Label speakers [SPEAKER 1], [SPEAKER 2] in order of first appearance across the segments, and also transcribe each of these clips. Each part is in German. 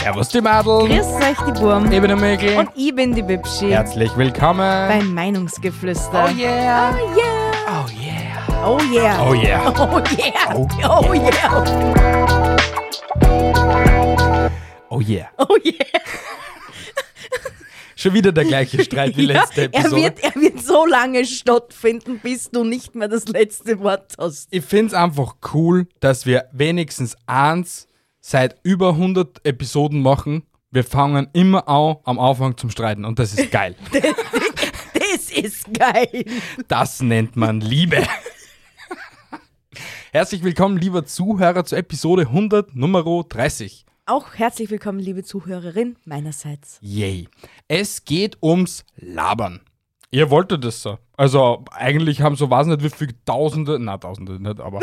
[SPEAKER 1] Servus die Madeln.
[SPEAKER 2] Grüß euch, die Burm.
[SPEAKER 1] Ich bin der Mögel.
[SPEAKER 2] Und ich bin die Bibschi.
[SPEAKER 1] Herzlich willkommen.
[SPEAKER 2] Beim Meinungsgeflüster.
[SPEAKER 1] yeah.
[SPEAKER 2] Oh
[SPEAKER 1] Oh
[SPEAKER 2] yeah.
[SPEAKER 1] yeah.
[SPEAKER 2] Oh yeah.
[SPEAKER 1] Oh yeah.
[SPEAKER 2] Oh yeah.
[SPEAKER 1] Oh
[SPEAKER 2] Oh yeah.
[SPEAKER 1] Oh yeah.
[SPEAKER 2] Oh yeah.
[SPEAKER 1] Schon wieder der gleiche Streit wie letzte
[SPEAKER 2] ja, er,
[SPEAKER 1] Episode.
[SPEAKER 2] wird, er wird so lange stattfinden, bis du nicht mehr das letzte Wort hast.
[SPEAKER 1] ich finde es einfach cool, dass wir wenigstens eins seit über 100 Episoden machen. Wir fangen immer an, am Anfang zum Streiten und das ist geil.
[SPEAKER 2] Das ist geil.
[SPEAKER 1] Das nennt man Liebe. Herzlich willkommen, lieber Zuhörer, zur Episode 100, Nummer 30.
[SPEAKER 2] Auch herzlich willkommen, liebe Zuhörerin meinerseits.
[SPEAKER 1] Yay. Es geht ums Labern. Ihr wolltet es so. Also eigentlich haben so weiß nicht wie viele Tausende, na Tausende nicht, aber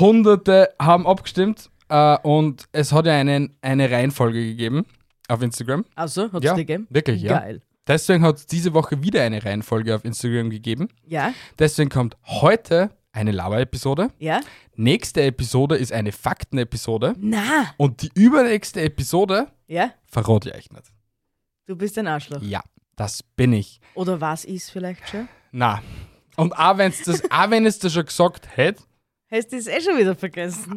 [SPEAKER 1] Hunderte haben abgestimmt äh, und es hat ja einen, eine Reihenfolge gegeben auf Instagram.
[SPEAKER 2] Also, hat's
[SPEAKER 1] Ja,
[SPEAKER 2] dir gegeben?
[SPEAKER 1] wirklich, ja.
[SPEAKER 2] Geil.
[SPEAKER 1] Deswegen hat es diese Woche wieder eine Reihenfolge auf Instagram gegeben.
[SPEAKER 2] Ja,
[SPEAKER 1] Deswegen kommt heute eine Laber-Episode.
[SPEAKER 2] ja.
[SPEAKER 1] Nächste Episode ist eine Fakten-Episode.
[SPEAKER 2] Na,
[SPEAKER 1] Und die übernächste Episode
[SPEAKER 2] ja.
[SPEAKER 1] verrate ich euch nicht.
[SPEAKER 2] Du bist ein Arschloch.
[SPEAKER 1] Ja, das bin ich.
[SPEAKER 2] Oder was ist vielleicht schon?
[SPEAKER 1] Na. Und auch, wenn's das, auch wenn es das schon gesagt hätte,
[SPEAKER 2] Hast du es eh schon wieder vergessen?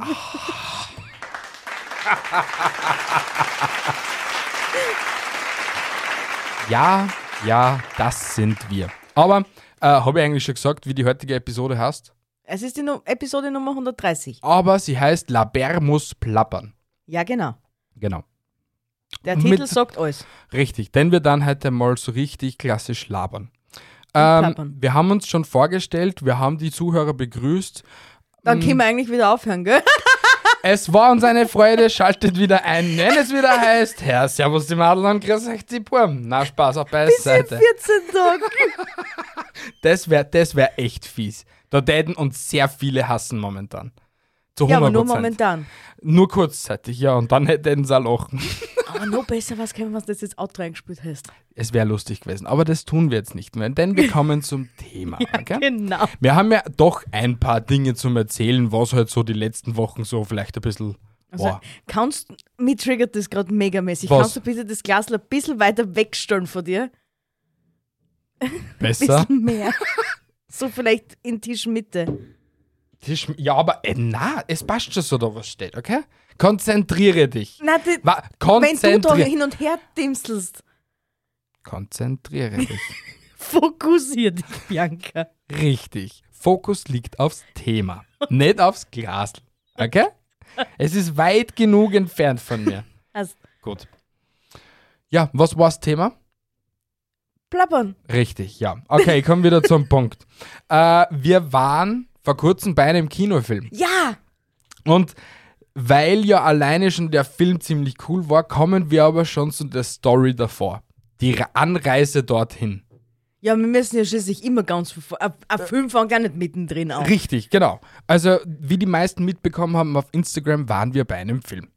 [SPEAKER 1] ja, ja, das sind wir. Aber äh, habe ich eigentlich schon gesagt, wie die heutige Episode heißt.
[SPEAKER 2] Es ist die Nu- Episode Nummer 130.
[SPEAKER 1] Aber sie heißt Laber muss plappern.
[SPEAKER 2] Ja, genau.
[SPEAKER 1] Genau.
[SPEAKER 2] Der
[SPEAKER 1] Mit-
[SPEAKER 2] Titel sagt alles.
[SPEAKER 1] Richtig, denn wir dann heute mal so richtig klassisch labern.
[SPEAKER 2] plappern.
[SPEAKER 1] Ähm, wir haben uns schon vorgestellt, wir haben die Zuhörer begrüßt.
[SPEAKER 2] Dann
[SPEAKER 1] Mm.
[SPEAKER 2] können wir eigentlich wieder aufhören, gell?
[SPEAKER 1] Es war uns eine Freude, schaltet wieder ein, wenn es wieder heißt. Herr Servus die Madel und grüß euch die Burm. Na, Spaß auf beiseite.
[SPEAKER 2] 14 Tage.
[SPEAKER 1] Das wäre das wär echt fies. Da täten uns sehr viele hassen momentan. Zu 100%.
[SPEAKER 2] Ja, aber nur momentan.
[SPEAKER 1] Nur kurzzeitig, ja, und dann hätten sie auch lachen.
[SPEAKER 2] Aber noch besser was können, was das jetzt Outro eingespielt hast.
[SPEAKER 1] Es wäre lustig gewesen, aber das tun wir jetzt nicht mehr, denn wir kommen zum Thema. okay?
[SPEAKER 2] Genau.
[SPEAKER 1] Wir haben ja doch ein paar Dinge zum Erzählen, was halt so die letzten Wochen so vielleicht ein bisschen
[SPEAKER 2] Also,
[SPEAKER 1] war.
[SPEAKER 2] kannst, mich triggert das gerade megamäßig.
[SPEAKER 1] Was?
[SPEAKER 2] Kannst du bitte das Glas ein bisschen weiter wegstellen von dir?
[SPEAKER 1] Besser.
[SPEAKER 2] Bisschen mehr. So vielleicht in Tischmitte.
[SPEAKER 1] Tisch, ja, aber äh, na, es passt schon so, da was steht, okay? Konzentriere dich.
[SPEAKER 2] Nein, die,
[SPEAKER 1] Wa
[SPEAKER 2] wenn du da
[SPEAKER 1] konzentriere.
[SPEAKER 2] hin und her dimselst,
[SPEAKER 1] Konzentriere dich.
[SPEAKER 2] fokussier dich, Bianca.
[SPEAKER 1] Richtig. Fokus liegt aufs Thema, nicht aufs Glas. Okay? Es ist weit genug entfernt von mir.
[SPEAKER 2] Also,
[SPEAKER 1] Gut. Ja, was war's Thema?
[SPEAKER 2] plappern.
[SPEAKER 1] Richtig, ja. Okay, kommen wir wieder zum Punkt. Äh, wir waren vor kurzem bei einem Kinofilm.
[SPEAKER 2] Ja!
[SPEAKER 1] Und weil ja alleine schon der Film ziemlich cool war, kommen wir aber schon zu der Story davor. Die Re- Anreise dorthin.
[SPEAKER 2] Ja, wir müssen ja schließlich immer ganz von vorn. Ein- Ein Film fängt ja nicht mittendrin an.
[SPEAKER 1] Äh. Richtig, genau. Also, wie die meisten mitbekommen haben auf Instagram, waren wir bei einem Film.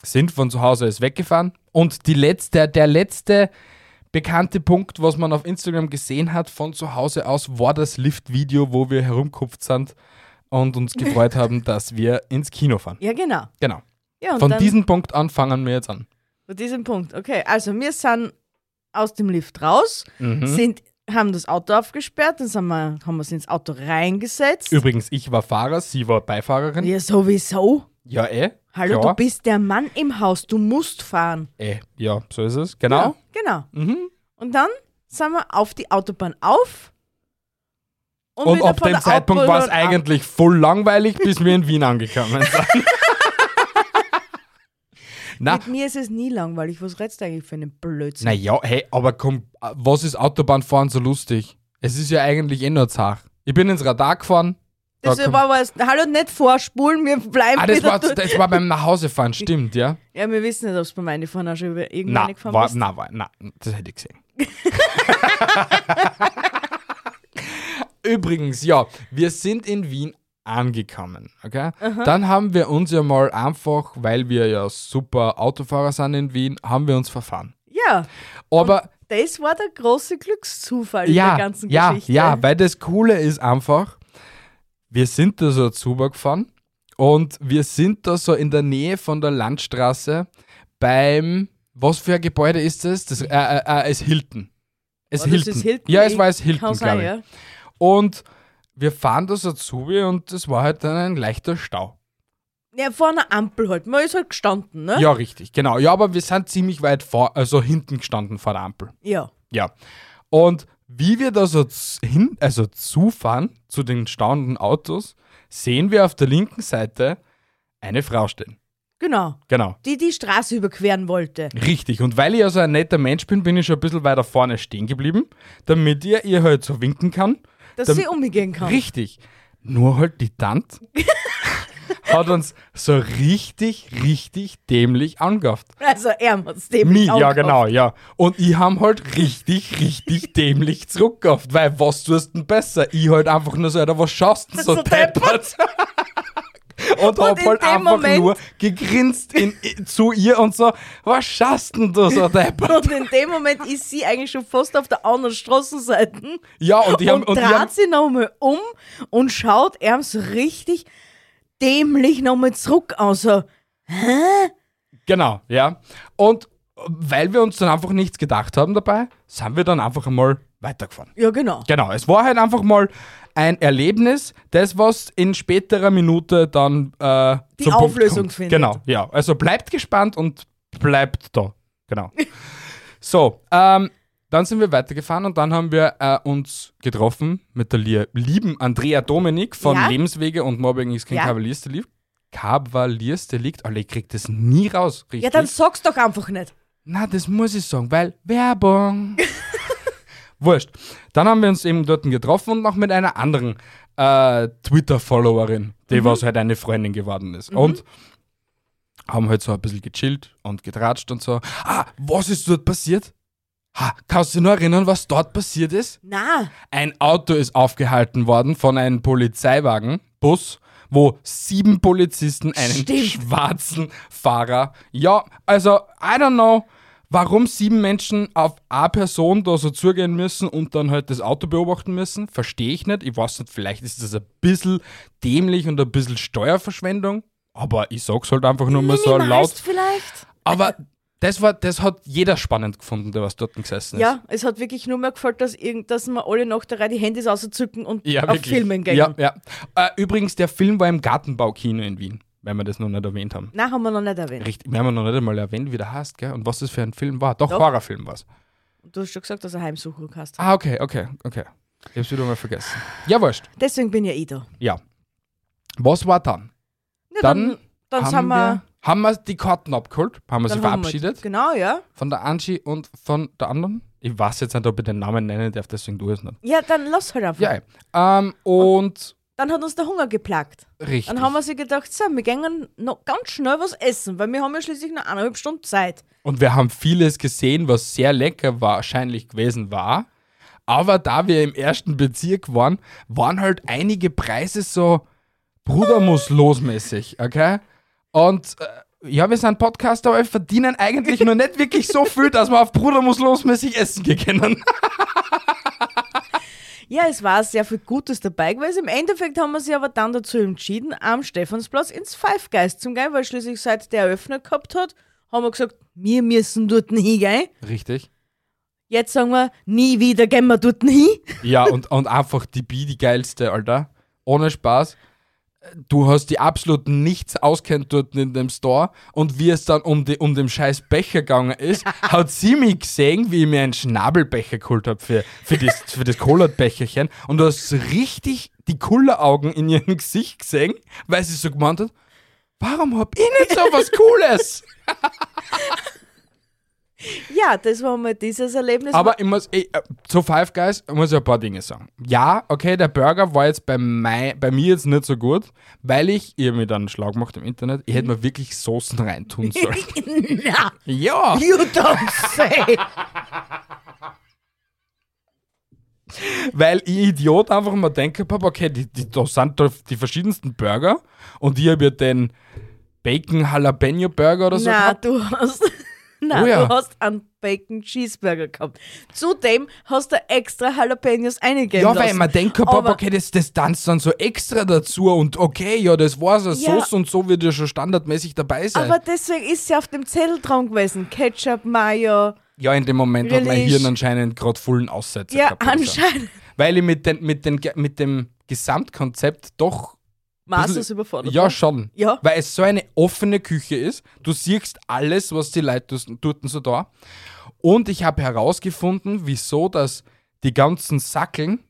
[SPEAKER 1] Sind von zu Hause aus weggefahren. Und die letzte, der letzte bekannte Punkt, was man auf Instagram gesehen hat von zu Hause aus, war das Lift-Video, wo wir herumkupft sind und uns gefreut haben, dass wir ins Kino fahren.
[SPEAKER 2] Ja, genau.
[SPEAKER 1] Genau.
[SPEAKER 2] Ja, und
[SPEAKER 1] Von
[SPEAKER 2] dann
[SPEAKER 1] diesem Punkt an fangen wir jetzt an.
[SPEAKER 2] von diesem Punkt. Okay, also wir sind aus dem Lift raus,
[SPEAKER 1] Mhm.
[SPEAKER 2] sind, haben das Auto aufgesperrt, dann sind wir, haben wir uns ins Auto reingesetzt.
[SPEAKER 1] Übrigens, ich war Fahrer, sie war Beifahrerin.
[SPEAKER 2] ja, sowieso.
[SPEAKER 1] Ja, eh.
[SPEAKER 2] Hallo,
[SPEAKER 1] ja,
[SPEAKER 2] du bist der Mann im Haus, du musst fahren.
[SPEAKER 1] eh. Ja, so ist es. Genau.
[SPEAKER 2] Ja, genau. Und dann sind wir auf die Autobahn auf.
[SPEAKER 1] Und
[SPEAKER 2] wieder
[SPEAKER 1] ab
[SPEAKER 2] von
[SPEAKER 1] dem
[SPEAKER 2] der
[SPEAKER 1] Zeitpunkt war es
[SPEAKER 2] Autobahn ab.
[SPEAKER 1] eigentlich voll langweilig, bis wir in Wien angekommen sind. Na,
[SPEAKER 2] Mit mir ist es nie langweilig. Was redest du eigentlich für einen Blödsinn?
[SPEAKER 1] naja, hey, aber komm, äh, was ist Autobahnfahren so lustig? Es ist ja eigentlich eh nur zart. Ich bin ins Radar gefahren. da
[SPEAKER 2] Das
[SPEAKER 1] komm-
[SPEAKER 2] war was. Hallo, nicht vorspulen, wir bleiben
[SPEAKER 1] ah, das
[SPEAKER 2] wieder
[SPEAKER 1] war,
[SPEAKER 2] dort.
[SPEAKER 1] das war beim Nachhausefahren, stimmt, ja?
[SPEAKER 2] Ja, wir wissen nicht, ob es bei meinen Fahren auch schon über irgendwann
[SPEAKER 1] Na,
[SPEAKER 2] gefahren
[SPEAKER 1] war,
[SPEAKER 2] bist.
[SPEAKER 1] na, war, na, das hätte ich gesehen. Übrigens, ja, wir sind in Wien angekommen, okay? Dann haben wir uns ja mal einfach, weil wir ja super Autofahrer sind in Wien, haben wir uns verfahren.
[SPEAKER 2] Ja,
[SPEAKER 1] Aber
[SPEAKER 2] das war der große Glückszufall in der
[SPEAKER 1] ja,
[SPEAKER 2] ganzen
[SPEAKER 1] ja,
[SPEAKER 2] Geschichte.
[SPEAKER 1] ja, weil das Coole ist einfach, wir sind da so zugefahren und wir sind da so in der Nähe von der Landstraße beim, was für ein Gebäude ist das? das äh, äh, äh, es Hilton. Es
[SPEAKER 2] War Oh, das
[SPEAKER 1] Hilton.
[SPEAKER 2] das Hilton?
[SPEAKER 1] Ja, es war es
[SPEAKER 2] Ich-
[SPEAKER 1] Hilton,
[SPEAKER 2] Kann sein,
[SPEAKER 1] glaube ich.
[SPEAKER 2] ja.
[SPEAKER 1] Und wir fahren das Azubi und es war halt dann ein leichter Stau.
[SPEAKER 2] Ja, vor einer Ampel halt. Man ist halt gestanden, ne?
[SPEAKER 1] Ja, richtig, genau. Ja, aber wir sind ziemlich weit vor, also hinten gestanden vor der Ampel.
[SPEAKER 2] Ja.
[SPEAKER 1] Ja. Und wie wir da so z- hin, also zufahren zu den stauenden Autos, sehen wir auf der linken Seite eine Frau stehen.
[SPEAKER 2] Genau.
[SPEAKER 1] Genau.
[SPEAKER 2] Die die Straße überqueren wollte.
[SPEAKER 1] Richtig. Und weil ich also ein netter Mensch bin, bin ich schon ein bisschen weiter vorne stehen geblieben, damit ihr ihr halt so winken kann.
[SPEAKER 2] Dass
[SPEAKER 1] Dam-
[SPEAKER 2] sie umgehen kann.
[SPEAKER 1] Richtig. Nur halt die Tant hat uns so richtig, richtig dämlich angehafft.
[SPEAKER 2] Also er muss dem
[SPEAKER 1] Mich,
[SPEAKER 2] auch
[SPEAKER 1] ja genau, ja. Und ich haben halt richtig, richtig dämlich zurückgehafft, weil was tust denn besser? Ich halt einfach nur so, Alter, was schaust denn
[SPEAKER 2] Das
[SPEAKER 1] so
[SPEAKER 2] ist so deppert.
[SPEAKER 1] deppert? Und, hab
[SPEAKER 2] in
[SPEAKER 1] halt
[SPEAKER 2] dem
[SPEAKER 1] einfach
[SPEAKER 2] Moment-
[SPEAKER 1] nur gegrinst in, zu ihr und so, was schaust denn du so deppert?
[SPEAKER 2] Und in dem Moment ist sie eigentlich schon fast auf der anderen Straßenseite.
[SPEAKER 1] Ja, und ich
[SPEAKER 2] und
[SPEAKER 1] haben, und ich
[SPEAKER 2] dreht
[SPEAKER 1] haben,
[SPEAKER 2] sie nochmal um und schaut ihm so richtig dämlich nochmal zurück Also, an. So,
[SPEAKER 1] genau, ja. Und weil wir uns dann einfach nichts gedacht haben dabei, sind wir dann einfach einmal weitergefahren.
[SPEAKER 2] ja, genau.
[SPEAKER 1] Genau, es war halt einfach mal ein Erlebnis, das was in späterer Minute dann äh,
[SPEAKER 2] Die
[SPEAKER 1] zum Punkt
[SPEAKER 2] Auflösung
[SPEAKER 1] kommt.
[SPEAKER 2] findet.
[SPEAKER 1] Genau, ja. Also bleibt gespannt und bleibt da. Genau. so, ähm, dann sind wir weitergefahren und dann haben wir äh, uns getroffen mit der lie- lieben Andrea Dominik von
[SPEAKER 2] Ja.
[SPEAKER 1] Lebenswege und Mobbing ist kein
[SPEAKER 2] Ja.
[SPEAKER 1] Kavaliersdelikt. Kavaliersdelikt, Alter, ich krieg das nie raus, richtig?
[SPEAKER 2] Ja, dann sag's doch einfach nicht.
[SPEAKER 1] Na, das muss ich sagen, weil Werbung. Wurscht. Dann haben wir uns eben dort getroffen und noch mit einer anderen äh, Twitter-Followerin, die was halt eine Freundin geworden ist. Und haben halt so ein bisschen gechillt und getratscht und so. Ah, was ist dort passiert? Ha, kannst du dich noch erinnern, was dort passiert ist?
[SPEAKER 2] Na,
[SPEAKER 1] Ein Auto ist aufgehalten worden von einem Polizeiwagen, Bus, wo sieben Polizisten einen
[SPEAKER 2] Stimmt.
[SPEAKER 1] schwarzen Fahrer. Ja, also, I don't know, warum sieben Menschen auf eine Person da so zugehen müssen und dann halt das Auto beobachten müssen, verstehe ich nicht. Ich weiß nicht, vielleicht ist das ein bisschen dämlich und ein bisschen Steuerverschwendung, aber ich sag's halt einfach nur mal so laut.
[SPEAKER 2] minimalst vielleicht.
[SPEAKER 1] Aber das, war, das hat jeder spannend gefunden, der was dort gesessen ist.
[SPEAKER 2] Ja, es hat wirklich nur mehr gefällt, dass, irgend, dass wir alle nach der Reihe die Handys rauszücken und
[SPEAKER 1] Ja,
[SPEAKER 2] auf
[SPEAKER 1] wirklich.
[SPEAKER 2] Filmen gehen.
[SPEAKER 1] Ja, ja. Äh, übrigens, der Film war im Gartenbaukino in Wien, wenn wir das noch nicht erwähnt haben.
[SPEAKER 2] Na, haben wir noch nicht erwähnt.
[SPEAKER 1] Richtig, wir haben noch nicht einmal erwähnt, wie der heißt, gell? Und was das für ein Film war. Doch,
[SPEAKER 2] Doch.
[SPEAKER 1] Horrorfilm war es.
[SPEAKER 2] Du hast schon gesagt, dass er Heimsuchung hast.
[SPEAKER 1] Ah, okay, okay, okay. Ich hab's wieder mal vergessen. Ja, wurscht.
[SPEAKER 2] Deswegen bin ja ich da.
[SPEAKER 1] Ja. Was war dann?
[SPEAKER 2] Ja,
[SPEAKER 1] Dann
[SPEAKER 2] dann, sind wir,
[SPEAKER 1] haben wir die Karten abgeholt, haben wir sie
[SPEAKER 2] dann haben wir-
[SPEAKER 1] verabschiedet.
[SPEAKER 2] Genau, ja.
[SPEAKER 1] Von der Angie und von der anderen. Ich weiß jetzt nicht, ob ich den Namen nennen darf, deswegen du es nicht.
[SPEAKER 2] Ja, dann lass halt einfach.
[SPEAKER 1] Ja, ey. ähm, und,
[SPEAKER 2] Dann hat uns der Hunger geplagt.
[SPEAKER 1] richtig.
[SPEAKER 2] Dann haben wir sich gedacht, so, wir gehen noch ganz schnell was essen, weil wir haben ja schließlich noch eineinhalb Stunden Zeit.
[SPEAKER 1] Und wir haben vieles gesehen, was sehr lecker wahrscheinlich gewesen war. Aber da wir im ersten Bezirk waren, waren halt einige Preise so Bruder muss losmäßig, okay? Und äh, ja, wir sind Podcaster, aber wir verdienen eigentlich nur nicht wirklich so viel, dass wir auf Bruder muss losmäßig essen gehen können.
[SPEAKER 2] Ja, es war sehr viel Gutes dabei gewesen. Im Endeffekt haben wir sie aber dann dazu entschieden, am Stephansplatz ins Five Guys zu gehen, weil schließlich seit der eröffnet gehabt hat, haben wir gesagt, wir müssen dort hingehen.
[SPEAKER 1] Richtig.
[SPEAKER 2] Jetzt sagen wir, nie wieder gehen wir dort hin.
[SPEAKER 1] Ja, und, und einfach die Bi, die geilste, Alter. Ohne Spaß. Du hast die absolut nichts auskennt dort in dem Store und wie es dann um, die, um den scheiß Becher gegangen ist, hat sie mich gesehen, wie ich mir einen Schnabelbecher geholt habe für, für das, für das Cola-Becherchen und du hast richtig die Kulleraugen in ihrem Gesicht gesehen, weil sie so gemeint hat, warum hab ich nicht so was Cooles?
[SPEAKER 2] Ja, das war mal dieses Erlebnis.
[SPEAKER 1] Aber ich muss, ich, äh, zu Five Guys muss ich ein paar Dinge sagen. Ja, okay, der Burger war jetzt bei, mei, bei mir jetzt nicht so gut, weil ich, ich hab mir dann einen Schlag gemacht im Internet, ich hätte mir wirklich Soßen reintun sollen.
[SPEAKER 2] Na,
[SPEAKER 1] ja!
[SPEAKER 2] you don't say.
[SPEAKER 1] Weil ich Idiot einfach mal denke, hab, okay, die, die, da sind doch die verschiedensten Burger und ich habe ja den Bacon Jalapeno Burger oder so
[SPEAKER 2] Na,
[SPEAKER 1] gehabt.
[SPEAKER 2] du hast. Nein,
[SPEAKER 1] Also Oh ja.
[SPEAKER 2] du hast einen Bacon Cheeseburger gehabt. Zudem hast du extra Jalapenos eingegeben
[SPEAKER 1] Ja, weil
[SPEAKER 2] lassen.
[SPEAKER 1] man denkt, Papa,
[SPEAKER 2] Aber-
[SPEAKER 1] okay, das, das tanzt dann so extra dazu und okay, ja, das war's, eine
[SPEAKER 2] Ja.
[SPEAKER 1] Sauce und so wird ja schon standardmäßig dabei sein.
[SPEAKER 2] Aber deswegen ist sie auf dem Zettel dran gewesen. Ketchup, Mayo.
[SPEAKER 1] ja, in dem Moment hat mein
[SPEAKER 2] Relish.
[SPEAKER 1] Hirn anscheinend gerade vollen Aussetzer
[SPEAKER 2] Ja,
[SPEAKER 1] gehabt. muss ich sagen.
[SPEAKER 2] anscheinend.
[SPEAKER 1] Weil ich mit, den, mit, den, mit dem Gesamtkonzept doch,
[SPEAKER 2] Maßlos überfordert.
[SPEAKER 1] ja, schon.
[SPEAKER 2] Ja.
[SPEAKER 1] Weil es so eine offene Küche ist. Du siehst alles, was die Leute dus- dort so da. Und ich habe herausgefunden, wieso, dass die ganzen Sackeln,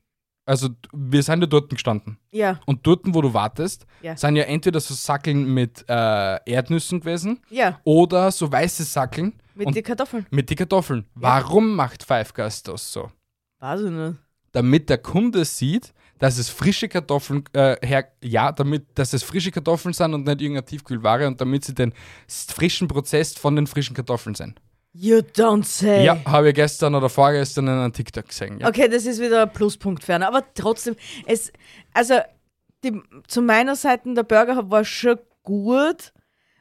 [SPEAKER 1] also wir sind ja dort gestanden.
[SPEAKER 2] Ja,
[SPEAKER 1] Und dort, wo du wartest,
[SPEAKER 2] Ja.
[SPEAKER 1] sind ja entweder so Sackeln mit äh, Erdnüssen gewesen
[SPEAKER 2] ja.
[SPEAKER 1] oder so weiße Sackeln
[SPEAKER 2] Mit
[SPEAKER 1] und
[SPEAKER 2] den Kartoffeln.
[SPEAKER 1] mit die Kartoffeln. Warum macht Five Guys das so?
[SPEAKER 2] Weiß ich nicht.
[SPEAKER 1] Damit der Kunde sieht, dass es frische Kartoffeln äh, her, ja, damit, dass es frische Kartoffeln sind und nicht irgendeine Tiefkühlware und damit sie den s- frischen Prozess von den frischen Kartoffeln sind.
[SPEAKER 2] You don't say.
[SPEAKER 1] Ja, habe ich gestern oder vorgestern in einem TikTok gesehen. Ja.
[SPEAKER 2] Äh. Okay, das ist wieder ein Pluspunkt ferner. Aber trotzdem, es, also die, zu meiner Seite der Burger Hub war schon gut,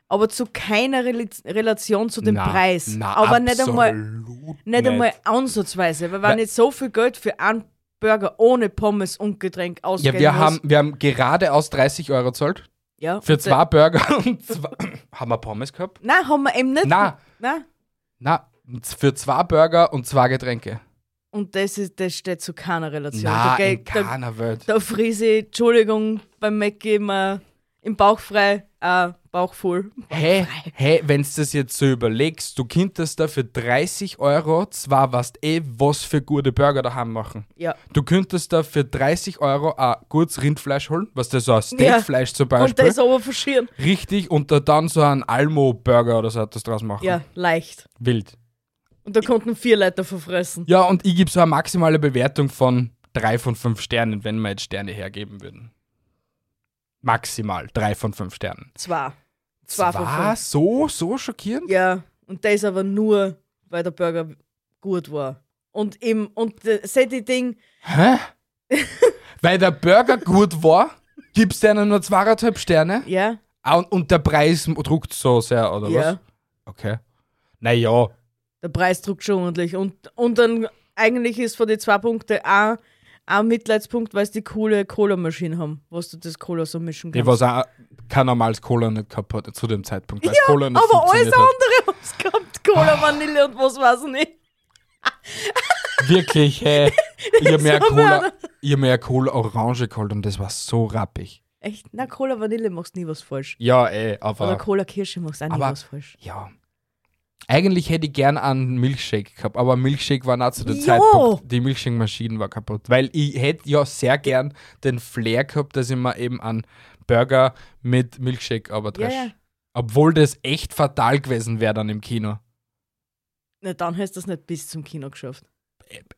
[SPEAKER 2] aber zu keiner Reli- Relation zu dem
[SPEAKER 1] Na,
[SPEAKER 2] Preis.
[SPEAKER 1] na,
[SPEAKER 2] aber nicht einmal,
[SPEAKER 1] absolut
[SPEAKER 2] nicht einmal ansatzweise, weil wenn
[SPEAKER 1] Weil-
[SPEAKER 2] nicht so viel Geld für einen Burger ohne Pommes und Getränk
[SPEAKER 1] Ja,
[SPEAKER 2] ausgeben
[SPEAKER 1] wir
[SPEAKER 2] muss.
[SPEAKER 1] haben, wir haben geradeaus 30 Euro gezahlt.
[SPEAKER 2] ja,
[SPEAKER 1] Für
[SPEAKER 2] und, äh,
[SPEAKER 1] zwei Burger und zwei. haben wir Pommes gehabt?
[SPEAKER 2] Nein, haben wir eben nicht.
[SPEAKER 1] Nein.
[SPEAKER 2] Nein.
[SPEAKER 1] Na, für zwei Burger und zwei Getränke.
[SPEAKER 2] Und das, ist, das steht zu keiner Relation.
[SPEAKER 1] Na,
[SPEAKER 2] da,
[SPEAKER 1] in
[SPEAKER 2] geht- da,
[SPEAKER 1] keiner Welt.
[SPEAKER 2] da friese ich, Entschuldigung, beim Mac immer im Bauch frei, äh, Bauch voll.
[SPEAKER 1] Hä, hey, wenn du das jetzt so überlegst, du könntest da für 30 Euro zwar was eh was für gute Burger daheim machen.
[SPEAKER 2] Ja.
[SPEAKER 1] Du könntest da für 30 Euro auch gutes Rindfleisch holen, was das so ein Steakfleisch zum
[SPEAKER 2] Und
[SPEAKER 1] Beispiel.
[SPEAKER 2] das aber verschieren.
[SPEAKER 1] richtig, und da dann so einen Almo-Burger oder so etwas draus machen.
[SPEAKER 2] Ja, leicht.
[SPEAKER 1] Wild.
[SPEAKER 2] Und da konnten vier Leute verfressen.
[SPEAKER 1] Ja, und ich gebe so eine maximale Bewertung von 3 von 5 Sternen, wenn wir jetzt Sterne hergeben würden. Maximal 3 von 5 Sternen.
[SPEAKER 2] Zwei. Zwei von
[SPEAKER 1] War
[SPEAKER 2] fünf.
[SPEAKER 1] so, so schockierend?
[SPEAKER 2] Ja, und das aber nur, weil der Burger gut war. Und im, und äh, seh die Ding,
[SPEAKER 1] Hä? Weil der Burger gut war, gibst du einen nur zweieinhalb Sterne
[SPEAKER 2] ja,
[SPEAKER 1] Ah, und, und der Preis druckt so sehr, oder was?
[SPEAKER 2] ja,
[SPEAKER 1] Okay. Naja,
[SPEAKER 2] der Preis druckt schon ordentlich. Und, und dann eigentlich ist von den zwei Punkten auch ein Mitleidspunkt, weil sie die coole Cola-Maschine haben, was du das Cola so mischen
[SPEAKER 1] ich weiß
[SPEAKER 2] kannst.
[SPEAKER 1] auch, kein normales Cola nicht gehabt hat zu dem Zeitpunkt, weil Cola nicht
[SPEAKER 2] aber alles
[SPEAKER 1] funktioniert hat.
[SPEAKER 2] andere haben's gehabt. Cola, Vanille und was weiß ich nicht.
[SPEAKER 1] Wirklich, hä? Ich hab mir eine
[SPEAKER 2] war
[SPEAKER 1] Cola, ich hab mir eine Cola Orange geholt und das war so rappig.
[SPEAKER 2] Echt? Na, Cola, Vanille machst nie was falsch.
[SPEAKER 1] Ja, ey,
[SPEAKER 2] Oder
[SPEAKER 1] aber.
[SPEAKER 2] Cola Kirsche machst auch nie
[SPEAKER 1] aber-
[SPEAKER 2] was falsch.
[SPEAKER 1] Ja. Eigentlich hätte ich gern einen Milkshake gehabt, aber Milkshake war nicht zu dem
[SPEAKER 2] Jo.
[SPEAKER 1] Zeitpunkt. Die Milkshake-Maschine war kaputt. Weil ich hätte ja sehr gern den Flair gehabt, dass ich mir eben einen Burger mit Milkshake aber
[SPEAKER 2] Ja,
[SPEAKER 1] dresch.
[SPEAKER 2] ja.
[SPEAKER 1] Obwohl das echt fatal gewesen wäre dann im Kino.
[SPEAKER 2] Na, dann hast du es nicht bis zum Kino geschafft.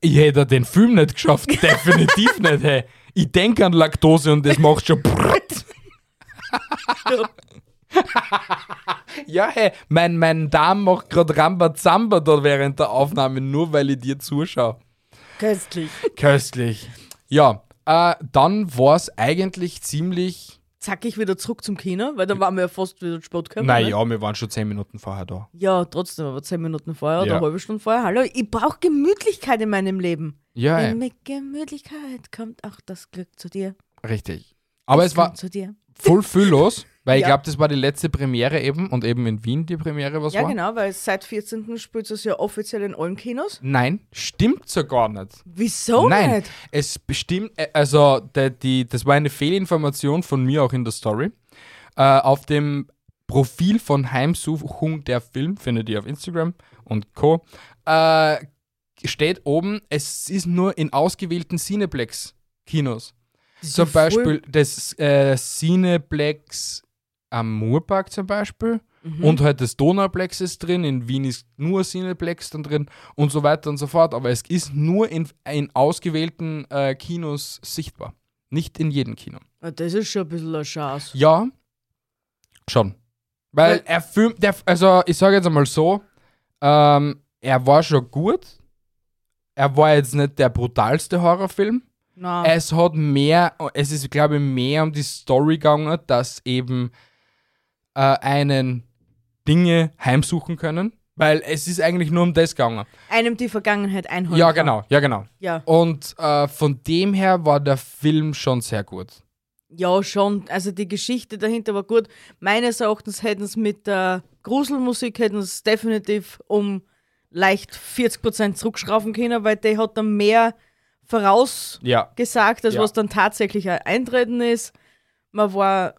[SPEAKER 1] Ich hätte den Film nicht geschafft, definitiv nicht, hey. Ich denke an Laktose und das macht schon. Ja, hey, mein, mein Darm macht gerade Rambazamba da während der Aufnahme, nur weil ich dir zuschaue.
[SPEAKER 2] Köstlich.
[SPEAKER 1] Köstlich. Ja, äh, dann war es eigentlich ziemlich.
[SPEAKER 2] Zack ich wieder zurück zum Kino, weil da waren wir ja fast wieder zu spät gekommen. ne?
[SPEAKER 1] Naja, wir waren schon zehn Minuten vorher da.
[SPEAKER 2] Ja, trotzdem, aber zehn Minuten vorher oder
[SPEAKER 1] Ja.
[SPEAKER 2] eine halbe Stunde vorher. Hallo, ich brauche Gemütlichkeit in meinem Leben.
[SPEAKER 1] Ja,
[SPEAKER 2] Denn
[SPEAKER 1] ey,
[SPEAKER 2] mit Gemütlichkeit kommt auch das Glück zu dir.
[SPEAKER 1] richtig. Aber es war
[SPEAKER 2] Kommt zu dir.
[SPEAKER 1] voll fülllos, weil ich
[SPEAKER 2] Ja.
[SPEAKER 1] glaube, das war die letzte Premiere eben und eben in Wien die Premiere, was
[SPEAKER 2] Ja,
[SPEAKER 1] war?
[SPEAKER 2] genau, weil seit 14. spielt es ja offiziell in allen Kinos.
[SPEAKER 1] Nein, stimmt so gar nicht.
[SPEAKER 2] Wieso
[SPEAKER 1] Nein,
[SPEAKER 2] nicht?
[SPEAKER 1] es bestimmt, äh, also der, die, das war eine Fehlinformation von mir auch in der Story. Äh, auf dem Profil von Heimsuchung der Film, findet ihr auf Instagram und Co., äh, steht oben, es ist nur in ausgewählten Cineplex-Kinos.
[SPEAKER 2] Diese
[SPEAKER 1] Zum Beispiel das äh, Cineplex am Murpark zum Beispiel. Und halt das Donauplex ist drin, in Wien ist nur Cineplex dann drin und so weiter und so fort. Aber es ist nur in, in ausgewählten äh, Kinos sichtbar. Nicht in jedem Kino.
[SPEAKER 2] Voll- Ah, Das ist schon ein bisschen eine Chance.
[SPEAKER 1] Ja, schon. Weil
[SPEAKER 2] Weil-
[SPEAKER 1] er filmt, der, also ich sage jetzt einmal so, ähm, er war schon gut. Er war jetzt nicht der brutalste Horrorfilm.
[SPEAKER 2] Nein.
[SPEAKER 1] Es hat mehr, es ist, glaube ich, mehr um die Story gegangen, dass eben äh, einen Dinge heimsuchen können. Weil es ist eigentlich nur um das gegangen.
[SPEAKER 2] Einem die Vergangenheit einholen.
[SPEAKER 1] Ja,
[SPEAKER 2] kann.
[SPEAKER 1] genau, ja, genau.
[SPEAKER 2] Ja.
[SPEAKER 1] Und äh, von dem her war der Film schon sehr gut.
[SPEAKER 2] ja, schon. Also die Geschichte dahinter war gut. Meines Erachtens hätten es mit der Gruselmusik hätten es definitiv um leicht 40% zurückschrauben können, weil die hat dann mehr vorausgesagt,
[SPEAKER 1] Ja.
[SPEAKER 2] als
[SPEAKER 1] Ja.
[SPEAKER 2] was dann tatsächlich eintreten ist. Man war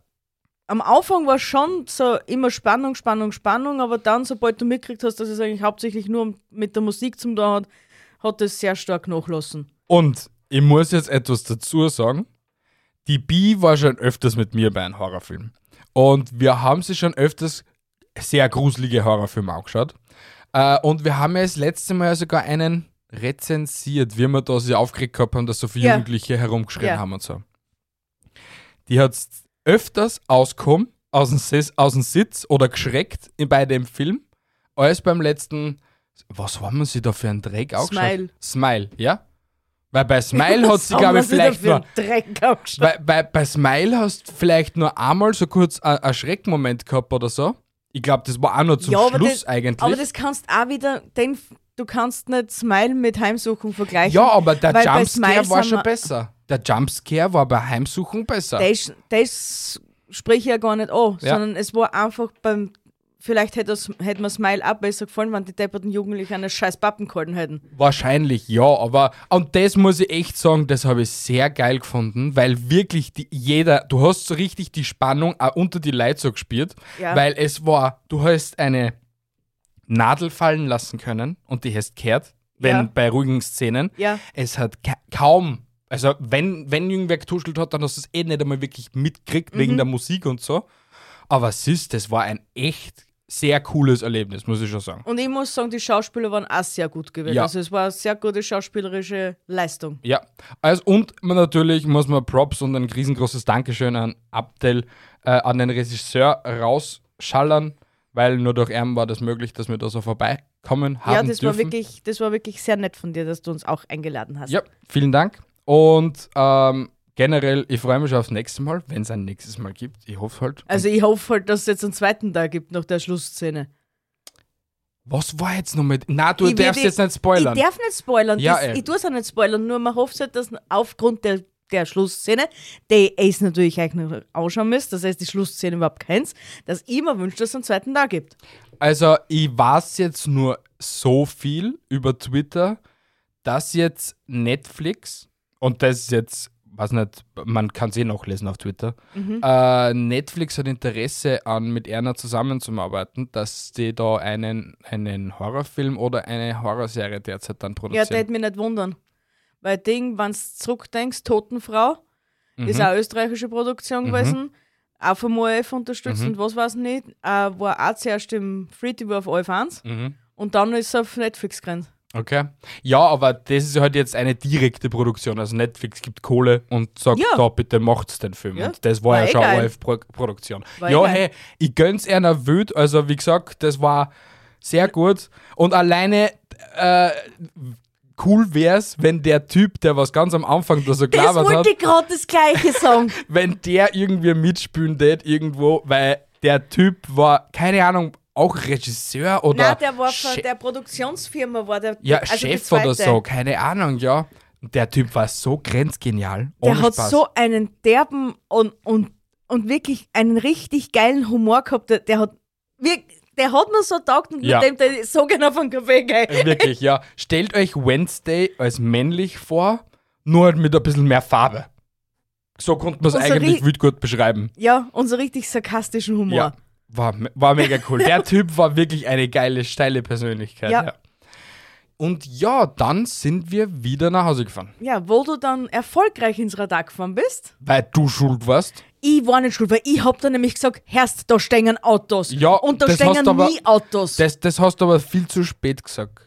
[SPEAKER 2] am Anfang war schon so immer Spannung, Spannung, Spannung, aber dann, sobald du mitgekriegt hast, dass es eigentlich hauptsächlich nur um, mit der Musik zum tun hat, hat es sehr stark nachlassen.
[SPEAKER 1] Und ich muss jetzt etwas dazu sagen. Die Bi war schon öfters mit mir bei einem Horrorfilm. Und wir haben sie schon öfters sehr gruselige Horrorfilme angeschaut. Äh, und wir haben ja das letzte Mal sogar einen rezensiert, wie wir da sie aufgeregt gehabt haben, dass so viele
[SPEAKER 2] Ja.
[SPEAKER 1] Jugendliche herumgeschrien
[SPEAKER 2] Ja.
[SPEAKER 1] haben und so. Die hat öfters ausgekommen, aus dem, Sis, aus dem Sitz oder geschreckt in, bei dem Film, als beim letzten. Was haben wir sie da für einen Dreck angeschaut?
[SPEAKER 2] Smile.
[SPEAKER 1] Smile, ja? Weil bei Smile hat sie, glaube ich, vielleicht nur.
[SPEAKER 2] nur.
[SPEAKER 1] Bei, bei, bei Smile hast du vielleicht nur einmal so kurz a- einen Schreckmoment gehabt oder so. Ich glaube, das war auch noch zum
[SPEAKER 2] aber
[SPEAKER 1] Schluss
[SPEAKER 2] das,
[SPEAKER 1] eigentlich.
[SPEAKER 2] Aber das kannst auch wieder, den, du kannst nicht Smile mit Heimsuchung vergleichen.
[SPEAKER 1] ja, aber der
[SPEAKER 2] weil bei
[SPEAKER 1] Jumpscare
[SPEAKER 2] Smile
[SPEAKER 1] war
[SPEAKER 2] sind
[SPEAKER 1] schon
[SPEAKER 2] wir-
[SPEAKER 1] besser. Der Jumpscare war bei Heimsuchung besser.
[SPEAKER 2] Das, das spreche ich ja gar nicht an,
[SPEAKER 1] Ja.
[SPEAKER 2] sondern es war einfach beim, vielleicht hätte, es, hätte mir Smile auch besser gefallen, wenn die depperten Jugendlichen eine scheiß Pappen gehalten hätten.
[SPEAKER 1] Wahrscheinlich ja, aber und das muss ich echt sagen, das habe ich sehr geil gefunden, weil wirklich die, jeder, du hast so richtig die Spannung auch unter die Leute so gespürt,
[SPEAKER 2] Ja.
[SPEAKER 1] weil es war, du hast eine Nadel fallen lassen können und die hast kehrt, wenn
[SPEAKER 2] Ja.
[SPEAKER 1] bei ruhigen Szenen.
[SPEAKER 2] Ja.
[SPEAKER 1] Es hat ka kaum, also wenn, wenn irgendwer getuschelt hat, dann hast du es eh nicht einmal wirklich mitgekriegt
[SPEAKER 2] Mhm.
[SPEAKER 1] wegen der Musik und so. Aber es ist, das war ein echt sehr cooles Erlebnis, muss ich schon sagen.
[SPEAKER 2] Und ich muss sagen, die Schauspieler waren auch sehr gut gewesen.
[SPEAKER 1] Ja.
[SPEAKER 2] Also es war eine sehr gute schauspielerische Leistung.
[SPEAKER 1] Ja, also und man natürlich muss man Props und ein riesengroßes Dankeschön an Abdel, äh, an den Regisseur rausschallern, weil nur durch ihn war das möglich, dass wir da so vorbeikommen haben
[SPEAKER 2] ja, das
[SPEAKER 1] dürfen.
[SPEAKER 2] war wirklich, das war wirklich sehr nett von dir, dass du uns auch eingeladen hast.
[SPEAKER 1] Ja, vielen Dank. Und ähm, generell, ich freue mich schon aufs nächste Mal, wenn es ein nächstes Mal gibt. Ich hoffe halt.
[SPEAKER 2] Also ich hoffe halt, dass es jetzt einen zweiten Tag gibt nach der Schlussszene.
[SPEAKER 1] Was war jetzt noch mit? Na, du
[SPEAKER 2] Ich will
[SPEAKER 1] darfst
[SPEAKER 2] die-
[SPEAKER 1] jetzt nicht spoilern.
[SPEAKER 2] Ich darf nicht spoilern.
[SPEAKER 1] Ja, ey.
[SPEAKER 2] das, ich tue es auch nicht spoilern, nur man hofft halt, dass aufgrund der, der Schlussszene, die ihr natürlich euch noch anschauen müsst, das heißt die Schlussszene überhaupt keins, dass ich mir wünsche, dass es einen zweiten da gibt.
[SPEAKER 1] Also, ich weiß jetzt nur so viel über Twitter, dass jetzt Netflix, und das ist jetzt, weiß nicht, man kann es eh nachlesen auf Twitter,
[SPEAKER 2] Mhm.
[SPEAKER 1] äh, Netflix hat Interesse an, mit Erna zusammenzuarbeiten, dass die da einen, einen Horrorfilm oder eine Horrorserie derzeit dann
[SPEAKER 2] Ja,
[SPEAKER 1] produzieren.
[SPEAKER 2] das hätte mich nicht wundern. Weil Ding, wenn du zurückdenkst, Totenfrau
[SPEAKER 1] Mhm.
[SPEAKER 2] ist auch eine österreichische Produktion gewesen, auch vom ORF
[SPEAKER 1] Mhm.
[SPEAKER 2] unterstützt und was weiß ich nicht, äh, war auch zuerst im Free TV auf ORF 1
[SPEAKER 1] Mhm.
[SPEAKER 2] und dann ist es auf Netflix gerannt.
[SPEAKER 1] Okay. Ja, aber das ist halt jetzt eine direkte Produktion. Also Netflix gibt Kohle und sagt,
[SPEAKER 2] Ja.
[SPEAKER 1] da bitte macht's den Film.
[SPEAKER 2] Ja.
[SPEAKER 1] Und das war,
[SPEAKER 2] War
[SPEAKER 1] ja
[SPEAKER 2] eh
[SPEAKER 1] schon eine
[SPEAKER 2] geil.
[SPEAKER 1] ORF-Produktion.
[SPEAKER 2] War eh
[SPEAKER 1] Ja,
[SPEAKER 2] geil.
[SPEAKER 1] hey, ich gönn's einer wild. Also wie gesagt, das war sehr gut. Und alleine äh, cool wär's, wenn der Typ, der was ganz am Anfang da so
[SPEAKER 2] Das
[SPEAKER 1] gelabert hat,
[SPEAKER 2] wollte ich gerade das gleiche sagen.
[SPEAKER 1] wenn der irgendwie mitspielen tät irgendwo, weil der Typ war, keine Ahnung, auch Regisseur oder
[SPEAKER 2] Nein, der war
[SPEAKER 1] Chef-
[SPEAKER 2] von der Produktionsfirma, war der
[SPEAKER 1] ja,
[SPEAKER 2] also die
[SPEAKER 1] Chef oder
[SPEAKER 2] zweite.
[SPEAKER 1] so, keine Ahnung, ja. Und Der Typ war so grenzgenial. Ohne
[SPEAKER 2] Der hat
[SPEAKER 1] Spaß.
[SPEAKER 2] so einen derben und, und, und wirklich einen richtig geilen Humor gehabt. Der, der hat wirk- der hat mir so taugt und
[SPEAKER 1] Ja.
[SPEAKER 2] mit dem der so gerne auf einen Kaffee geil.
[SPEAKER 1] Wirklich, ja. Stellt euch Wednesday als männlich vor, nur halt mit ein bisschen mehr Farbe. So konnte man es
[SPEAKER 2] Und so
[SPEAKER 1] eigentlich
[SPEAKER 2] ri-
[SPEAKER 1] wild gut beschreiben.
[SPEAKER 2] Ja, und so richtig sarkastischen Humor.
[SPEAKER 1] Ja. War, me- war mega cool. Der Typ war wirklich eine geile, steile Persönlichkeit. Ja.
[SPEAKER 2] Ja.
[SPEAKER 1] ja. Und ja, dann sind wir wieder nach Hause gefahren.
[SPEAKER 2] ja, wo du dann erfolgreich ins Radar gefahren bist.
[SPEAKER 1] Weil du schuld warst.
[SPEAKER 2] Ich war nicht schuld, weil ich hab dann nämlich gesagt, Herst, da stehen Autos.
[SPEAKER 1] Ja,
[SPEAKER 2] und da
[SPEAKER 1] das hast
[SPEAKER 2] stehen
[SPEAKER 1] du aber-
[SPEAKER 2] nie Autos.
[SPEAKER 1] Das, das hast du aber viel zu spät gesagt.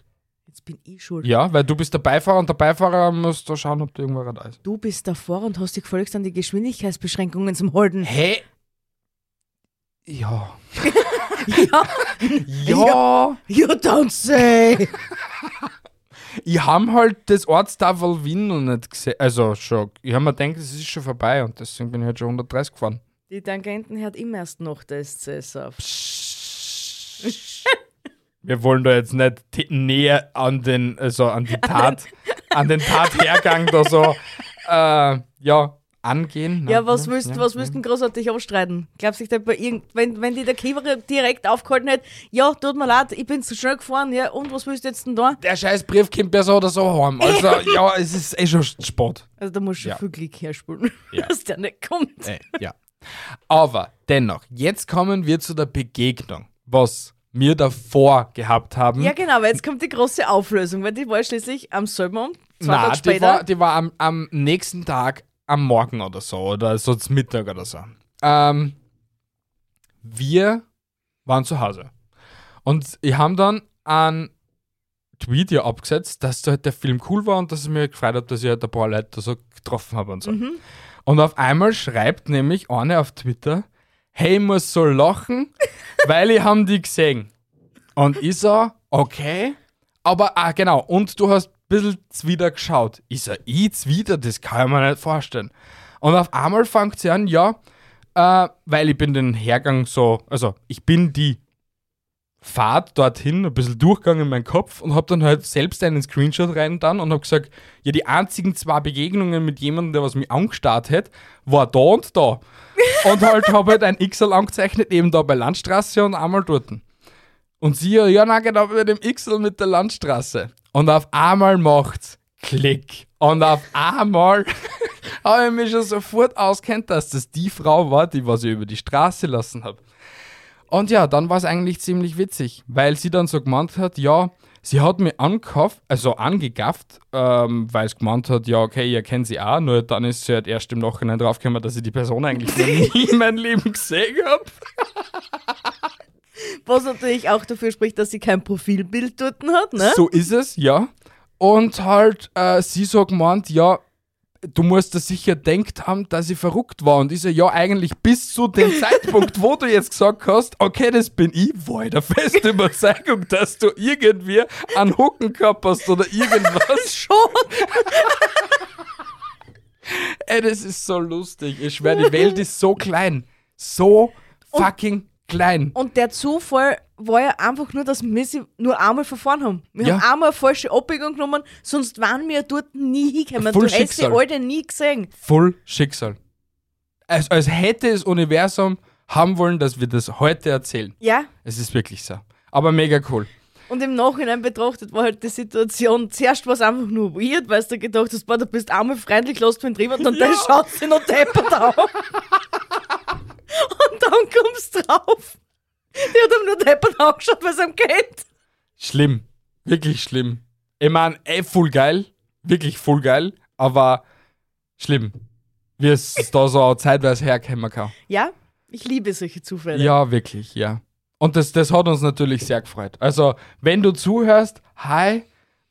[SPEAKER 2] Jetzt bin ich schuld.
[SPEAKER 1] Ja, weil du bist der Beifahrer und der Beifahrer muss da schauen, ob da irgendwer da ist.
[SPEAKER 2] Du bist davor und hast dich völlig an die Geschwindigkeitsbeschränkungen zum Holden.
[SPEAKER 1] Hä? Ja.
[SPEAKER 2] Ja.
[SPEAKER 1] Ja,
[SPEAKER 2] You don't say!
[SPEAKER 1] ich habe halt das Ortstafel Wien noch nicht gesehen. Also schon, ich habe mir gedacht, es ist schon vorbei und deswegen bin ich halt schon 130 gefahren.
[SPEAKER 2] Die Tangenten hört immer erst nach der SCS auf.
[SPEAKER 1] wir wollen da jetzt nicht t- näher an den, also an die Tat, an den Tathergang da so, äh, ja, angehen. ne?
[SPEAKER 2] Ja,
[SPEAKER 1] Nein,
[SPEAKER 2] was willst du
[SPEAKER 1] ja,
[SPEAKER 2] was
[SPEAKER 1] ja.
[SPEAKER 2] willst du denn großartig abstreiten? Glaubst du, ich hätte bei irgend, wenn, wenn die der Kiewer direkt aufgehalten hätte, ja, tut mir leid, ich bin zu schnell gefahren, ja, und was willst du jetzt denn da?
[SPEAKER 1] Der scheiß Brief kommt ja so oder so heim. Also, ja, es ist eh schon Sport.
[SPEAKER 2] Also da musst du
[SPEAKER 1] Ja.
[SPEAKER 2] viel Glück herspülen,
[SPEAKER 1] Ja.
[SPEAKER 2] dass der nicht kommt.
[SPEAKER 1] Äh, ja. Aber dennoch, jetzt kommen wir zu der Begegnung, was wir davor gehabt haben.
[SPEAKER 2] Ja, genau, weil jetzt kommt die große Auflösung, weil die war schließlich am selben Abend, zwei
[SPEAKER 1] Nein,
[SPEAKER 2] Tage
[SPEAKER 1] die war,
[SPEAKER 2] später.
[SPEAKER 1] die war am, am nächsten Tag, am Morgen oder so, oder so zum Mittag oder so. Ähm, wir waren zu Hause. Und ich habe dann einen Tweet hier abgesetzt, dass halt der Film cool war und dass ich mir gefreut habe, dass ich halt ein paar Leute da so getroffen habe und so.
[SPEAKER 2] Mhm.
[SPEAKER 1] Und auf einmal schreibt nämlich eine auf Twitter, hey, ich muss so lachen, weil ich haben die gesehen. Und ich so, okay. Aber, ah, genau, und du hast ein bisschen zwider geschaut. Ich so, ich zwider, das kann ich mir nicht vorstellen. Und auf einmal fängt sie an, ja, äh, weil ich bin den Hergang so, also ich bin die Fahrt dorthin ein bisschen durchgegangen in meinen Kopf und habe dann halt selbst einen Screenshot rein dann und habe gesagt, ja, die einzigen zwei Begegnungen mit jemandem, der was mich angestarrt hat, war da und da. Und halt habe halt ein XL angezeichnet, eben da bei Landstraße und einmal dort. Und sie, ja, ja, na genau, über dem XL mit der Landstraße. Und auf einmal macht's Klick. Und auf einmal habe ich mich schon sofort auskennt, dass das die Frau war, die was ich über die Straße lassen habe. Und ja, dann war es eigentlich ziemlich witzig, weil sie dann so gemeint hat, ja, sie hat mich angekauft, also angegafft, ähm, weil sie gemeint hat, ja, okay, ihr kennt sie auch, nur dann ist sie halt erst im Nachhinein draufgekommen, dass ich die Person eigentlich noch nie in meinem Leben gesehen habe.
[SPEAKER 2] Was natürlich auch dafür spricht, dass sie kein Profilbild dort hat, ne?
[SPEAKER 1] So ist es, ja. Und halt, äh, sie so gemeint, ja, du musst da sicher denkt haben, dass ich verrückt war. Und ich so, ja, eigentlich bis zu dem Zeitpunkt, wo du jetzt gesagt hast, okay, das bin ich, war ich der festen Überzeugung, dass du irgendwie einen Huckenkopf hast oder irgendwas.
[SPEAKER 2] Schon!
[SPEAKER 1] Ey, das ist so lustig. Ich schwöre, die Welt ist so klein. So fucking klein.
[SPEAKER 2] Und der Zufall war ja einfach nur, dass wir sie nur einmal verfahren haben. Wir
[SPEAKER 1] Ja.
[SPEAKER 2] haben einmal eine falsche Abbiegung genommen, sonst waren wir dort nie hingekommen.
[SPEAKER 1] Voll
[SPEAKER 2] Du hättest die
[SPEAKER 1] Schicksal.
[SPEAKER 2] alte nie gesehen.
[SPEAKER 1] Voll Schicksal. Als, als hätte das Universum haben wollen, dass wir das heute erzählen.
[SPEAKER 2] Ja,
[SPEAKER 1] Es ist wirklich so. Aber mega cool.
[SPEAKER 2] Und im Nachhinein betrachtet war halt die Situation, zuerst war es einfach nur weird, weil du gedacht hast, boah, du bist einmal freundlich, lass mich drüber und dann schaut sie noch deppert auf. und dann kommst du drauf. Die hat ihm nur deppert angeschaut, weil es ihm geht.
[SPEAKER 1] Schlimm. Wirklich schlimm. Ich meine, eh voll geil. Wirklich voll geil. Aber schlimm. Wie es da so zeitweise herkommen kann.
[SPEAKER 2] Ja, ich liebe solche Zufälle.
[SPEAKER 1] Ja, wirklich, ja. Und das, das hat uns natürlich sehr gefreut. Also, wenn du zuhörst, hi.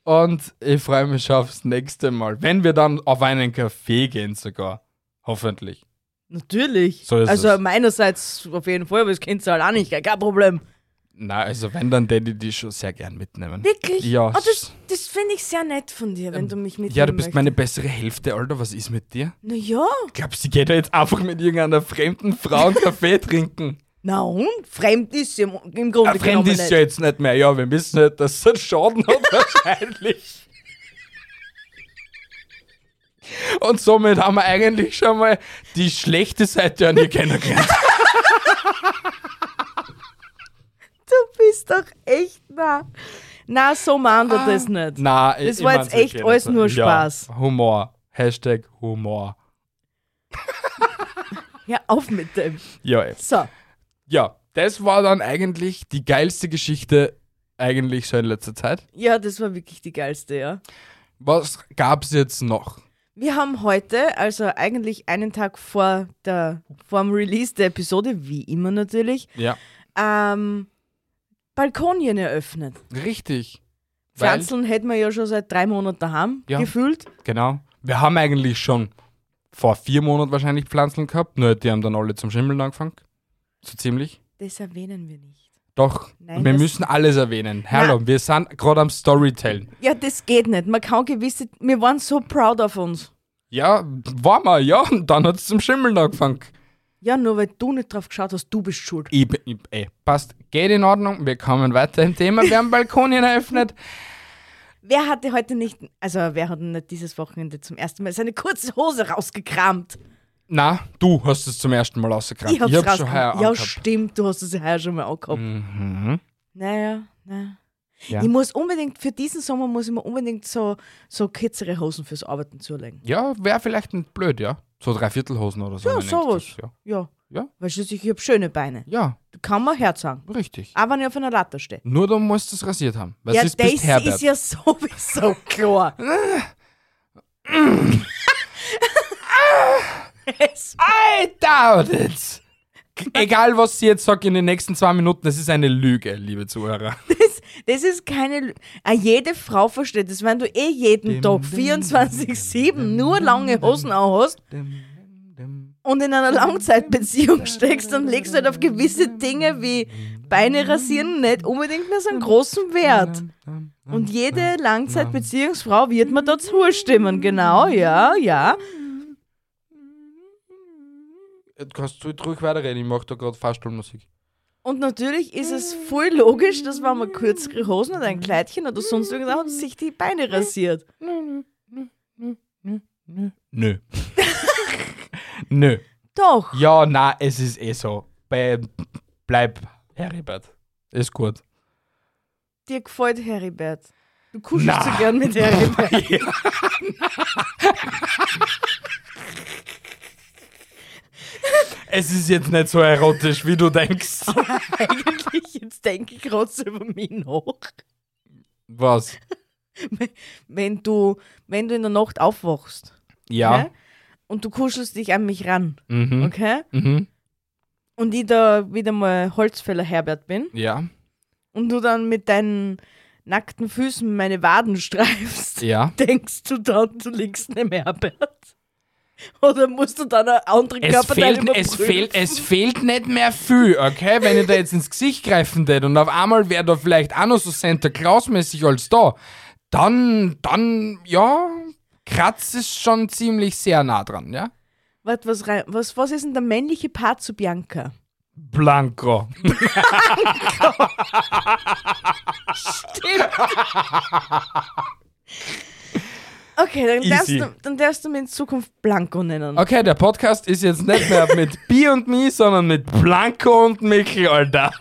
[SPEAKER 1] Und ich freue mich schon aufs nächste Mal. Wenn wir dann auf einen Café gehen sogar. Hoffentlich.
[SPEAKER 2] Natürlich.
[SPEAKER 1] So ist
[SPEAKER 2] also
[SPEAKER 1] es.
[SPEAKER 2] meinerseits auf jeden Fall, aber das kennst du halt auch nicht, gell? kein Problem.
[SPEAKER 1] Na, also wenn, dann Daddy die schon sehr gern mitnehmen.
[SPEAKER 2] Wirklich?
[SPEAKER 1] Ja. Ähm,
[SPEAKER 2] Oh, das das finde ich sehr nett von dir, wenn du mich mitnehmen
[SPEAKER 1] Ja, du bist meine bessere Hälfte, Alter. Was ist mit dir?
[SPEAKER 2] Naja.
[SPEAKER 1] Glaubst du, die geht da jetzt einfach mit irgendeiner fremden Frau einen Kaffee trinken?
[SPEAKER 2] Na und? Fremd ist sie im, im Grunde
[SPEAKER 1] Ein Ah, Fremd
[SPEAKER 2] genommen
[SPEAKER 1] ist
[SPEAKER 2] nicht.
[SPEAKER 1] ja jetzt nicht mehr. Ja, wir wissen halt, dass es einen Schaden hat wahrscheinlich. Und somit haben wir eigentlich schon mal die schlechte Seite an dir kennengelernt.
[SPEAKER 2] Du bist doch echt nah. Na, Ah. so meint er das nicht.
[SPEAKER 1] Na,
[SPEAKER 2] Das war jetzt echt alles nur Spaß.
[SPEAKER 1] Ja, Humor. Hashtag Humor.
[SPEAKER 2] Hör auf mit dem.
[SPEAKER 1] Ja, eh. ey.
[SPEAKER 2] So,
[SPEAKER 1] ja, das war dann eigentlich die geilste Geschichte eigentlich schon in letzter Zeit.
[SPEAKER 2] ja, das war wirklich die geilste, ja.
[SPEAKER 1] Was gab's jetzt noch?
[SPEAKER 2] Wir haben heute, also eigentlich einen Tag vor, der, vor dem Release der Episode, wie immer natürlich,
[SPEAKER 1] Ja.
[SPEAKER 2] ähm, Balkonien eröffnet.
[SPEAKER 1] Richtig. Weil-
[SPEAKER 2] Pflanzeln hätten wir ja schon seit drei Monaten daheim
[SPEAKER 1] Ja.
[SPEAKER 2] gefühlt.
[SPEAKER 1] Genau. Wir haben eigentlich schon vor vier Monaten wahrscheinlich Pflanzen gehabt, nur die haben dann alle zum Schimmeln angefangen. So ziemlich.
[SPEAKER 2] Das erwähnen wir nicht.
[SPEAKER 1] Doch,
[SPEAKER 2] Nein,
[SPEAKER 1] wir
[SPEAKER 2] das-
[SPEAKER 1] müssen alles erwähnen. Hallo, wir sind gerade am Storytellen.
[SPEAKER 2] Ja, das geht nicht. Man kann gewisse, wir waren so proud of uns.
[SPEAKER 1] Ja, war mal, ja, und dann hat es zum Schimmeln angefangen.
[SPEAKER 2] Ja, nur weil du nicht drauf geschaut hast, du bist schuld.
[SPEAKER 1] Ich, bin- ich, ey, passt, geht in Ordnung. Wir kommen weiter im Thema. Wir haben Balkonien eröffnet.
[SPEAKER 2] Wer hatte heute nicht, also wer hat denn nicht dieses Wochenende zum ersten Mal seine kurze Hose rausgekramt?
[SPEAKER 1] Na, du hast es zum ersten Mal rausgekramt.
[SPEAKER 2] Ich hab's,
[SPEAKER 1] hab's schon heuer
[SPEAKER 2] rausgekramt. Ja,
[SPEAKER 1] angehabt.
[SPEAKER 2] stimmt, du hast es heuer schon mal angehabt.
[SPEAKER 1] Mhm.
[SPEAKER 2] Naja, naja.
[SPEAKER 1] Ja.
[SPEAKER 2] Ich muss unbedingt, für diesen Sommer muss ich mir unbedingt so, so kürzere Hosen fürs Arbeiten zulegen.
[SPEAKER 1] Ja, wäre vielleicht nicht blöd, ja. So Dreiviertelhosen oder so.
[SPEAKER 2] Ja,
[SPEAKER 1] wenn ich
[SPEAKER 2] sowas.
[SPEAKER 1] das- Ja.
[SPEAKER 2] Ja.
[SPEAKER 1] Ja.
[SPEAKER 2] Weil schließlich, ich habe schöne Beine.
[SPEAKER 1] ja,
[SPEAKER 2] Kann man herzeigen.
[SPEAKER 1] richtig.
[SPEAKER 2] Auch wenn ich auf einer Latte stehe.
[SPEAKER 1] Nur du musst es rasiert haben. Weil
[SPEAKER 2] ja,
[SPEAKER 1] es ist bist
[SPEAKER 2] das
[SPEAKER 1] Herbert.
[SPEAKER 2] ist ja sowieso klar. es,
[SPEAKER 1] I doubt it. Egal, was sie jetzt sagt in den nächsten zwei Minuten, das ist eine Lüge, liebe Zuhörer.
[SPEAKER 2] das, das ist keine. Lü- Ah, jede Frau versteht das, wenn du eh jeden Tag 24-7 nur lange Hosen anhast und in einer Langzeitbeziehung steckst, dann legst du halt auf gewisse Dinge wie Beine rasieren nicht unbedingt mehr so einen großen Wert. Und jede Langzeitbeziehungsfrau wird mir da zustimmen, genau, ja, ja.
[SPEAKER 1] Du kannst du ruhig weiterreden, ich mache da gerade Fahrstuhlmusik.
[SPEAKER 2] Und natürlich ist es voll logisch, dass wenn man kürzere Hosen oder ein
[SPEAKER 1] Mhm.
[SPEAKER 2] Kleidchen oder sonst irgendwas hat, sich die Beine rasiert.
[SPEAKER 1] Nö. Nö.
[SPEAKER 2] Doch.
[SPEAKER 1] Ja, na, es ist eh so. Bei, bleib Heribert. Ist gut.
[SPEAKER 2] Dir gefällt Heribert. Du kuschelst
[SPEAKER 1] Na.
[SPEAKER 2] so gern mit Heribert.
[SPEAKER 1] es ist jetzt nicht so erotisch, wie du denkst.
[SPEAKER 2] Eigentlich, jetzt denke ich gerade so über mich nach.
[SPEAKER 1] Was?
[SPEAKER 2] Wenn du, wenn du in der Nacht aufwachst
[SPEAKER 1] Ja.
[SPEAKER 2] okay? und du kuschelst dich an mich ran,
[SPEAKER 1] Mhm.
[SPEAKER 2] okay?
[SPEAKER 1] Mhm.
[SPEAKER 2] Und ich da wieder mal Holzfäller Herbert bin
[SPEAKER 1] Ja.
[SPEAKER 2] und du dann mit deinen nackten Füßen meine Waden streifst.
[SPEAKER 1] Ja.
[SPEAKER 2] denkst du dann, du liegst neben Herbert? Oder musst du dann einen anderen
[SPEAKER 1] Es
[SPEAKER 2] Körperteil
[SPEAKER 1] fehlt,
[SPEAKER 2] überprüfen?
[SPEAKER 1] es, fehlt, es fehlt nicht mehr viel, okay? Wenn ich da jetzt ins Gesicht greifen tät und auf einmal wäre da vielleicht auch noch so Santa Claus-mäßig als da, dann, dann, ja, Kratz ist schon ziemlich sehr nah dran, ja?
[SPEAKER 2] Warte, was, rein, was, was ist denn der männliche Part zu Bianca?
[SPEAKER 1] Blanco.
[SPEAKER 2] Okay, dann darfst,
[SPEAKER 1] Easy.
[SPEAKER 2] du, dann darfst du mich in Zukunft Blanco nennen.
[SPEAKER 1] Okay, der Podcast ist jetzt nicht mehr mit Bi und Mi, sondern mit Blanco und Michel, Alter.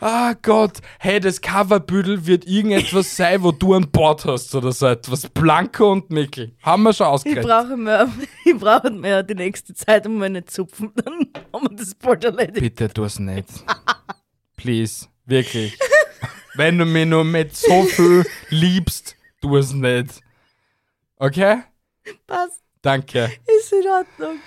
[SPEAKER 1] Ah Gott, hey, das Coverbüdel wird irgendetwas sein, wo du an Bord hast oder so etwas. Blanco und Michel. Haben wir schon
[SPEAKER 2] Ich
[SPEAKER 1] ausgerechnet.
[SPEAKER 2] brauche mehr, ich brauche mehr die nächste Zeit, um meine zupfen. Dann haben wir das bald erledigt.
[SPEAKER 1] Bitte tu's nicht. Please, wirklich. Wenn du mich nur mit so viel liebst, tu es nicht. Okay?
[SPEAKER 2] Passt.
[SPEAKER 1] Danke.
[SPEAKER 2] Ist in Ordnung.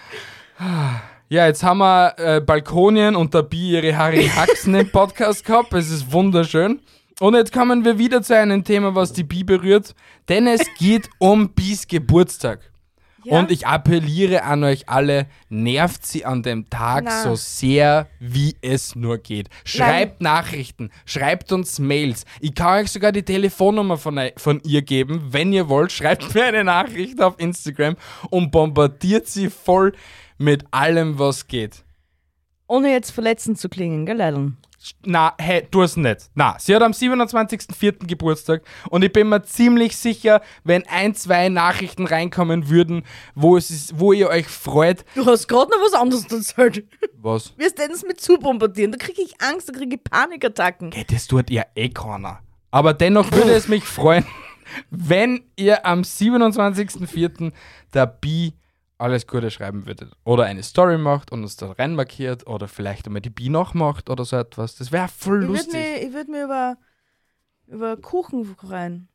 [SPEAKER 1] Ja, jetzt haben wir äh, Balkonien und der Bi ihre Harry Haxen im Podcast gehabt. Es ist wunderschön. Und jetzt kommen wir wieder zu einem Thema, was die Bi berührt. Denn es geht um Bis Geburtstag.
[SPEAKER 2] Ja?
[SPEAKER 1] Und ich appelliere an euch alle, nervt sie an dem Tag
[SPEAKER 2] Na.
[SPEAKER 1] so sehr, wie es nur geht. Schreibt Nachrichten, schreibt uns Mails. Ich kann euch sogar die Telefonnummer von, ei- von ihr geben, wenn ihr wollt. Schreibt mir eine Nachricht auf Instagram und bombardiert sie voll mit allem, was geht.
[SPEAKER 2] Ohne jetzt verletzend zu klingen, gell, Leideln?
[SPEAKER 1] Na, hey, tu es nicht. Na, sie hat am 27.04. Geburtstag und ich bin mir ziemlich sicher, wenn ein, zwei Nachrichten reinkommen würden, wo, es ist, wo ihr euch freut.
[SPEAKER 2] Du hast gerade noch was anderes erzählt.
[SPEAKER 1] Was?
[SPEAKER 2] Wir denn es mit zu bombardieren. Da kriege ich Angst, da kriege ich Panikattacken.
[SPEAKER 1] Hey, das tut ihr eh keiner. Aber dennoch würde es mich freuen, wenn ihr am 27.04. der Bi alles Gute schreiben würdet. Oder eine Story macht und uns da reinmarkiert oder vielleicht einmal die Bi noch macht oder so etwas. Das wäre voll
[SPEAKER 2] Ich würde
[SPEAKER 1] lustig.
[SPEAKER 2] mir, ich würd mir über, über Kuchen freuen.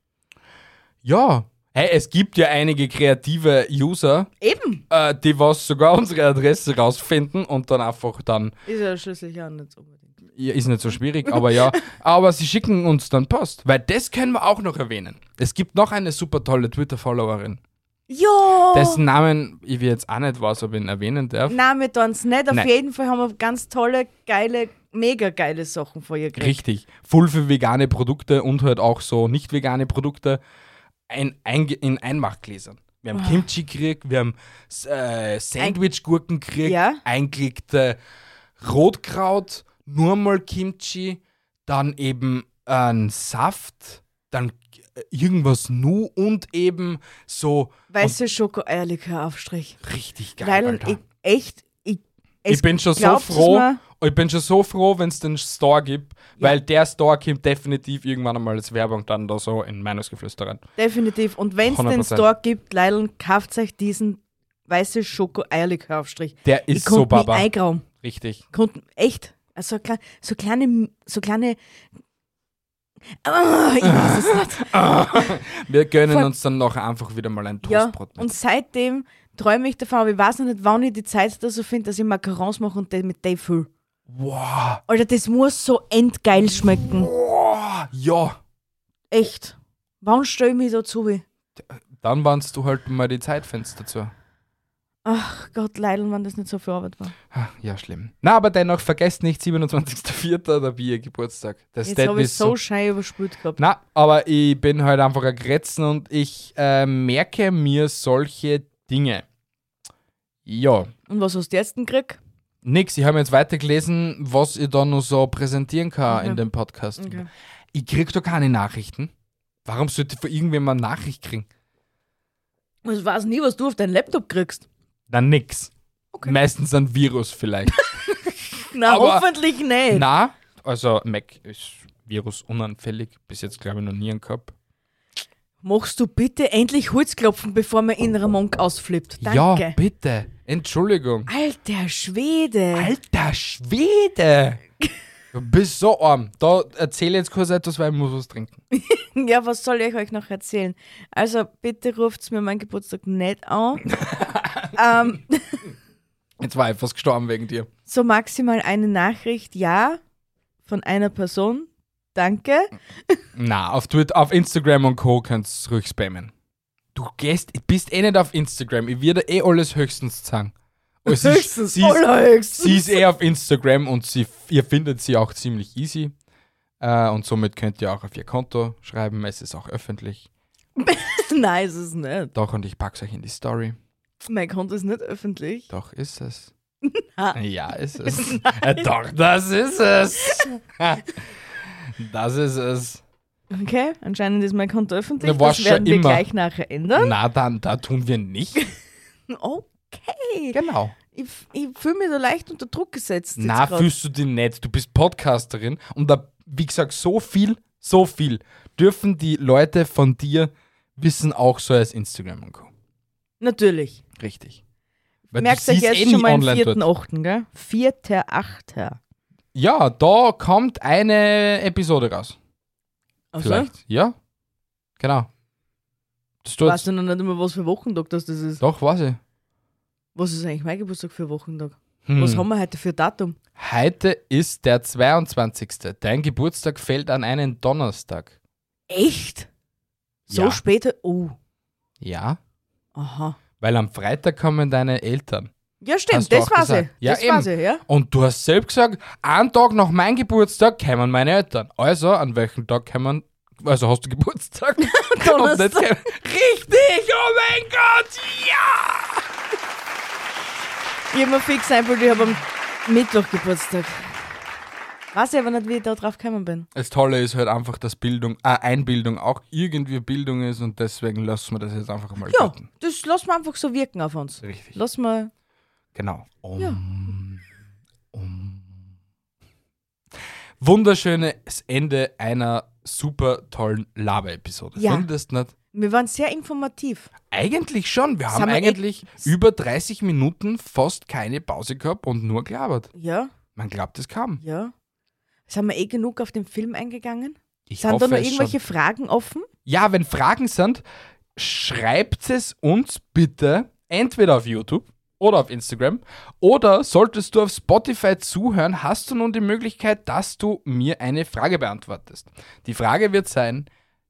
[SPEAKER 1] Ja. Hey, es gibt ja einige kreative User,
[SPEAKER 2] Eben.
[SPEAKER 1] äh, die was sogar unsere Adresse rausfinden und dann einfach dann,
[SPEAKER 2] Ist ja schließlich ja nicht so unbedingt.
[SPEAKER 1] ja, ist nicht so schwierig, aber ja, aber sie schicken uns dann Post, weil das können wir auch noch erwähnen. Es gibt noch eine super tolle Twitter-Followerin,
[SPEAKER 2] Ja!
[SPEAKER 1] dessen Namen ich jetzt auch nicht weiß, ob ich ihn erwähnen darf.
[SPEAKER 2] Oh. Nein, wir tun es nicht. Auf
[SPEAKER 1] Nein.
[SPEAKER 2] jeden Fall haben wir ganz tolle, geile, mega geile Sachen von ihr gekriegt.
[SPEAKER 1] Richtig, voll für vegane Produkte und halt auch so nicht vegane Produkte ein, einge- in Einmachgläsern. Wir
[SPEAKER 2] Oh.
[SPEAKER 1] haben Kimchi gekriegt, wir haben äh, Sandwich-Gurken gekriegt,
[SPEAKER 2] Ja.
[SPEAKER 1] eingelegte Rotkraut, nur mal Kimchi, dann eben ein Saft, dann äh, irgendwas Nu und eben so
[SPEAKER 2] Weiße Schoko-Eierlikör-Aufstrich.
[SPEAKER 1] richtig geil.
[SPEAKER 2] Weil
[SPEAKER 1] Alter.
[SPEAKER 2] ich echt, ich,
[SPEAKER 1] Ich bin schon so
[SPEAKER 2] glaubst du's
[SPEAKER 1] froh.
[SPEAKER 2] mir?
[SPEAKER 1] Ich bin schon so froh, wenn es den Store gibt, weil der Store kommt definitiv irgendwann einmal als Werbung dann da so in Meinungsgeflüster rein.
[SPEAKER 2] definitiv. Und wenn es den
[SPEAKER 1] 100%.
[SPEAKER 2] Store gibt, Leilon, kauft euch diesen weiße Schoko-Eierlikör-Aufstrich.
[SPEAKER 1] Der
[SPEAKER 2] Ich
[SPEAKER 1] ist so
[SPEAKER 2] konnte mich
[SPEAKER 1] baba.
[SPEAKER 2] eingrauen.
[SPEAKER 1] Richtig.
[SPEAKER 2] Konnten, echt. Also kle- so kleine, so kleine. Ah, ich weiß es nicht.
[SPEAKER 1] Wir gönnen
[SPEAKER 2] Voll-
[SPEAKER 1] uns dann noch einfach wieder mal ein
[SPEAKER 2] Ja,
[SPEAKER 1] Toastbrot. mit.
[SPEAKER 2] und seitdem träume ich davon, aber ich weiß noch nicht, wann ich die Zeit dazu finde, dass ich Macarons mache und die mit dem fülle.
[SPEAKER 1] wow.
[SPEAKER 2] Alter, das muss so endgeil schmecken.
[SPEAKER 1] wow. Ja.
[SPEAKER 2] Echt. Wann stelle ich mich dazu?
[SPEAKER 1] Dann warnst du halt mal die Zeitfenster zu.
[SPEAKER 2] Ach Gott, leider, wenn das nicht so viel Arbeit war.
[SPEAKER 1] Ah, Ja, schlimm. Na, aber dennoch, vergesst nicht, 27.04. der Bier-Geburtstag. Das
[SPEAKER 2] Jetzt
[SPEAKER 1] das
[SPEAKER 2] habe ich
[SPEAKER 1] ist
[SPEAKER 2] so schön überspült gehabt.
[SPEAKER 1] Na, aber ich bin halt einfach ein Gretzen und ich äh, merke mir solche Dinge. Ja,
[SPEAKER 2] Und was hast du jetzt denn gekriegt?
[SPEAKER 1] nix. Ich habe jetzt weitergelesen, was ich da noch so präsentieren kann
[SPEAKER 2] Okay.
[SPEAKER 1] in dem Podcast.
[SPEAKER 2] Okay.
[SPEAKER 1] Ich krieg da keine Nachrichten. Warum sollte ich von irgendwem eine Nachricht kriegen?
[SPEAKER 2] Ich weiß nie, was du auf deinen Laptop kriegst.
[SPEAKER 1] Na, nix.
[SPEAKER 2] Okay.
[SPEAKER 1] Meistens ein Virus vielleicht.
[SPEAKER 2] Na,
[SPEAKER 1] Aber-
[SPEAKER 2] hoffentlich nicht.
[SPEAKER 1] Na, also Mac ist virusunanfällig. Bis jetzt glaube ich noch nie einen gehabt.
[SPEAKER 2] Machst du bitte endlich Holzklopfen, bevor mein innerer Monk ausflippt? Danke.
[SPEAKER 1] Ja, bitte. Entschuldigung.
[SPEAKER 2] Alter Schwede.
[SPEAKER 1] Alter Schwede! Du bist so arm. Da erzähle jetzt kurz etwas, weil ich muss was trinken.
[SPEAKER 2] Ja, was soll ich euch noch erzählen? Also bitte ruft mir meinen Geburtstag nicht an. ähm,
[SPEAKER 1] Jetzt war ich fast gestorben wegen dir.
[SPEAKER 2] so maximal eine Nachricht, ja, von einer Person. Danke.
[SPEAKER 1] Na, auf Twitter, auf Instagram und Co. kannst du ruhig spammen. Du gehst, bist eh nicht auf Instagram. Ich würde eh alles höchstens sagen. Aber sie- sie, ist,
[SPEAKER 2] allerhöchstens.
[SPEAKER 1] sie ist eh auf Instagram und sie, ihr findet sie auch ziemlich easy. Äh, und somit könnt ihr auch auf ihr Konto schreiben. Es ist auch öffentlich.
[SPEAKER 2] Nein, ist es nicht.
[SPEAKER 1] Doch, und ich pack's euch in die Story.
[SPEAKER 2] Mein Konto ist nicht öffentlich.
[SPEAKER 1] Doch ist es.
[SPEAKER 2] Na.
[SPEAKER 1] Ja, ist es. Ja, Doch, das ist es. das ist es.
[SPEAKER 2] Okay, anscheinend ist mein Konto öffentlich.
[SPEAKER 1] Na, war's
[SPEAKER 2] das werden
[SPEAKER 1] schon
[SPEAKER 2] wir
[SPEAKER 1] immer.
[SPEAKER 2] gleich nachher ändern.
[SPEAKER 1] Na dann, da tun wir nicht.
[SPEAKER 2] Okay.
[SPEAKER 1] Genau.
[SPEAKER 2] Ich, ich fühle mich da leicht unter Druck gesetzt. jetzt
[SPEAKER 1] Na,
[SPEAKER 2] grad.
[SPEAKER 1] fühlst du dich nicht. Du bist Podcasterin und da, wie gesagt, so viel, so viel dürfen die Leute von dir wissen, auch so als Instagram und Co.
[SPEAKER 2] Natürlich.
[SPEAKER 1] Richtig. Weil du
[SPEAKER 2] Merkt euch
[SPEAKER 1] siehst
[SPEAKER 2] jetzt
[SPEAKER 1] eh
[SPEAKER 2] schon
[SPEAKER 1] nie
[SPEAKER 2] mal
[SPEAKER 1] online
[SPEAKER 2] den
[SPEAKER 1] dort.
[SPEAKER 2] 4.8., gell? 4.8.
[SPEAKER 1] Ja, da kommt eine Episode raus.
[SPEAKER 2] Also,
[SPEAKER 1] Vielleicht. Ja. Genau. Das tut's.
[SPEAKER 2] weißt du noch nicht immer, was für Wochentag das, das ist?
[SPEAKER 1] Doch, weiß ich.
[SPEAKER 2] Was ist eigentlich mein Geburtstag für Wochentag?
[SPEAKER 1] Hm.
[SPEAKER 2] Was haben wir heute für Datum?
[SPEAKER 1] Heute ist der 22. Dein Geburtstag fällt an einen Donnerstag.
[SPEAKER 2] Echt? So
[SPEAKER 1] Ja.
[SPEAKER 2] später? Oh,
[SPEAKER 1] Ja,
[SPEAKER 2] aha.
[SPEAKER 1] weil am Freitag kommen deine Eltern.
[SPEAKER 2] Ja, stimmt,
[SPEAKER 1] Hast du
[SPEAKER 2] das
[SPEAKER 1] auch
[SPEAKER 2] war sie.
[SPEAKER 1] gesagt. Ja,
[SPEAKER 2] das war
[SPEAKER 1] eben.
[SPEAKER 2] sie, ja?
[SPEAKER 1] Und du hast selbst gesagt, einen Tag nach meinem Geburtstag kommen meine Eltern. Also, an welchem Tag kommen... Also hast du Geburtstag? Und nicht
[SPEAKER 2] Donnerstag.
[SPEAKER 1] kommen- Richtig, oh mein Gott, ja!
[SPEAKER 2] Ich habe mir fix eingebildet, ich habe am Mittwoch Geburtstag. Weiß ich aber nicht, wie ich da drauf gekommen bin.
[SPEAKER 1] Das Tolle ist halt einfach, dass Bildung, äh, Einbildung auch irgendwie Bildung ist und deswegen lassen wir das jetzt einfach mal
[SPEAKER 2] Ja,
[SPEAKER 1] gelten.
[SPEAKER 2] das lassen wir einfach so wirken auf uns.
[SPEAKER 1] Richtig.
[SPEAKER 2] Lass mal.
[SPEAKER 1] Genau. Um,
[SPEAKER 2] Ja.
[SPEAKER 1] um. Wunderschönes Ende einer super tollen Laber-Episode.
[SPEAKER 2] Ja.
[SPEAKER 1] Findest du nicht?
[SPEAKER 2] Wir waren sehr informativ.
[SPEAKER 1] Eigentlich schon. Wir haben
[SPEAKER 2] haben wir eh-
[SPEAKER 1] eigentlich über 30 Minuten fast keine Pause gehabt und nur gelabert.
[SPEAKER 2] Ja,
[SPEAKER 1] Man glaubt es kaum.
[SPEAKER 2] ja. Sind wir eh genug auf den Film eingegangen?
[SPEAKER 1] Ich
[SPEAKER 2] Sind da
[SPEAKER 1] hoffe
[SPEAKER 2] noch
[SPEAKER 1] es
[SPEAKER 2] irgendwelche
[SPEAKER 1] schon.
[SPEAKER 2] Fragen offen?
[SPEAKER 1] Ja, wenn Fragen sind, schreibt es uns bitte entweder auf YouTube oder auf Instagram oder solltest du auf Spotify zuhören, hast du nun die Möglichkeit, dass du mir eine Frage beantwortest. Die Frage wird sein,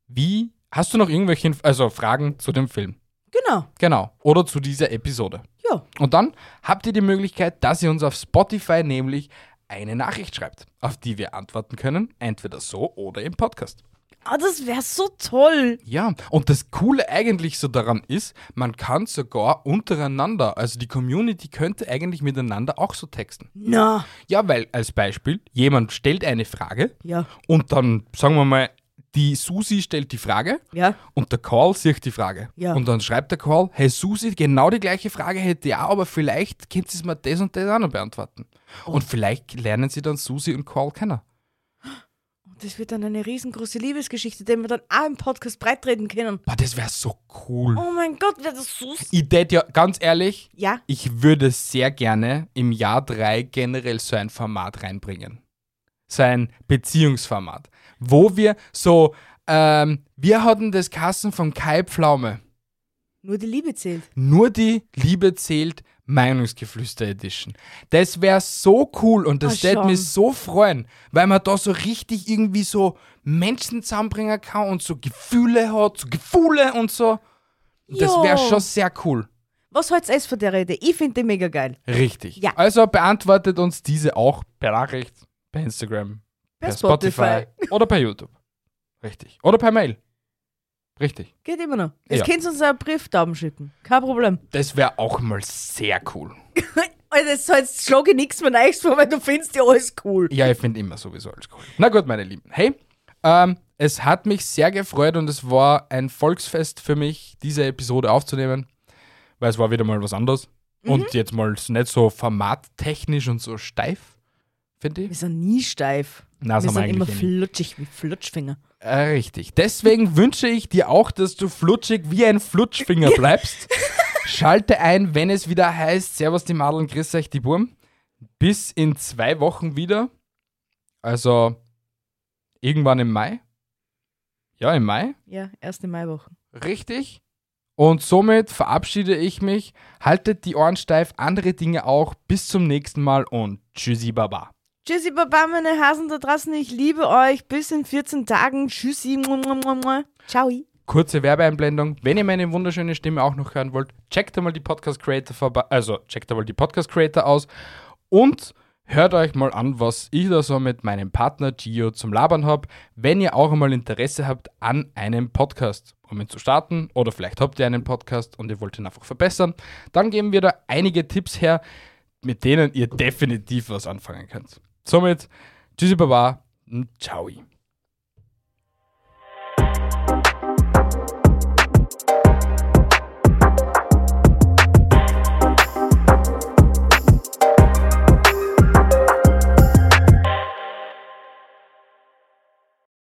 [SPEAKER 1] wie hast du noch irgendwelche Inf- also Fragen zu dem Film?
[SPEAKER 2] Genau,
[SPEAKER 1] Genau, oder zu dieser Episode.
[SPEAKER 2] ja.
[SPEAKER 1] Und dann habt ihr die Möglichkeit, dass ihr uns auf Spotify nämlich eine Nachricht schreibt, auf die wir antworten können, entweder so oder im Podcast.
[SPEAKER 2] Ah, das wäre so toll.
[SPEAKER 1] Ja, und das Coole eigentlich so daran ist, man kann sogar untereinander, also die Community könnte eigentlich miteinander auch so texten.
[SPEAKER 2] Na,
[SPEAKER 1] Ja, weil als Beispiel, jemand stellt eine Frage
[SPEAKER 2] ja,
[SPEAKER 1] und dann, sagen wir mal, die Susi stellt die Frage
[SPEAKER 2] ja,
[SPEAKER 1] und der Karl sieht die Frage.
[SPEAKER 2] Ja.
[SPEAKER 1] Und dann schreibt der Karl, hey Susi, genau die gleiche Frage hätte ich auch, aber vielleicht könnt ihr es mir das und das auch noch beantworten.
[SPEAKER 2] Oh.
[SPEAKER 1] Und vielleicht lernen sie dann Susi und Karl kennen.
[SPEAKER 2] Und das wird dann eine riesengroße Liebesgeschichte, die wir dann auch im Podcast breitreden können.
[SPEAKER 1] Boah, das wäre so cool.
[SPEAKER 2] Oh mein Gott, wäre das so. s-
[SPEAKER 1] Ich tät ja, ganz ehrlich,
[SPEAKER 2] Ja,
[SPEAKER 1] ich würde sehr gerne im Jahr 3 generell so ein Format reinbringen. So ein Beziehungsformat. Wo wir so, ähm, wir hatten das Kassen von Kai Pflaume.
[SPEAKER 2] nur die Liebe zählt.
[SPEAKER 1] Nur die Liebe zählt, Meinungsgeflüster Edition. Das wäre so cool und das
[SPEAKER 2] Ah,
[SPEAKER 1] würde
[SPEAKER 2] schon.
[SPEAKER 1] mich so freuen, weil man da so richtig irgendwie so Menschen zusammenbringen kann und so Gefühle hat, so Gefühle und so. Das
[SPEAKER 2] Jo.
[SPEAKER 1] wäre schon sehr cool.
[SPEAKER 2] Was halt's es von der Rede? Ich finde die mega geil.
[SPEAKER 1] Richtig.
[SPEAKER 2] Ja.
[SPEAKER 1] Also beantwortet uns diese auch per Nachricht, per Instagram, per,
[SPEAKER 2] Per
[SPEAKER 1] Spotify. oder per YouTube. Richtig. Oder per Mail. Richtig.
[SPEAKER 2] Geht immer noch. Jetzt
[SPEAKER 1] Ja.
[SPEAKER 2] könnt ihr uns einen Brieftauben schicken. Kein Problem.
[SPEAKER 1] Das wäre auch mal sehr cool.
[SPEAKER 2] Alter, jetzt, jetzt schlage ich nichts mehr Neues vor, weil du findest ja alles cool.
[SPEAKER 1] Ja, ich finde immer sowieso alles cool. Na gut, meine Lieben. Hey, ähm, es hat mich sehr gefreut und es war ein Volksfest für mich, diese Episode aufzunehmen, weil es war wieder mal was anderes.
[SPEAKER 2] Mhm.
[SPEAKER 1] Und jetzt mal nicht so formattechnisch und so steif, finde
[SPEAKER 2] Wir
[SPEAKER 1] ich.
[SPEAKER 2] sind nie steif.
[SPEAKER 1] Na,
[SPEAKER 2] wir
[SPEAKER 1] sind wir
[SPEAKER 2] sind immer
[SPEAKER 1] eigentlich eh nicht.
[SPEAKER 2] flutschig wie Flutschfinger.
[SPEAKER 1] Äh, richtig. Deswegen wünsche ich dir auch, dass du flutschig wie ein Flutschfinger bleibst. Schalte ein, wenn es wieder heißt, Servus die Madeln, grüß euch die Burm. Bis in zwei Wochen wieder. Also irgendwann im Mai. Ja, im Mai.
[SPEAKER 2] Ja, erste Maiwoche.
[SPEAKER 1] Richtig. Und somit verabschiede ich mich. Haltet die Ohren steif, andere Dinge auch. Bis zum nächsten Mal und tschüssi, baba.
[SPEAKER 2] Tschüssi, Baba, meine Hasen da draußen. Ich liebe euch. Bis in 14 Tagen. Tschüssi. Mua, mua, mua, mua. Ciao.
[SPEAKER 1] kurze Werbeeinblendung. Wenn ihr meine wunderschöne Stimme auch noch hören wollt, checkt einmal die Podcast Creator vorbei, also checkt einmal die Podcast Creator aus und hört euch mal an, was ich da so mit meinem Partner Gio zum Labern habe. Wenn ihr auch einmal Interesse habt an einem Podcast, um ihn zu starten, oder vielleicht habt ihr einen Podcast und ihr wollt ihn einfach verbessern, dann geben wir da einige Tipps her, mit denen ihr definitiv was anfangen könnt. Somit, tschüssi, baba, und ciao.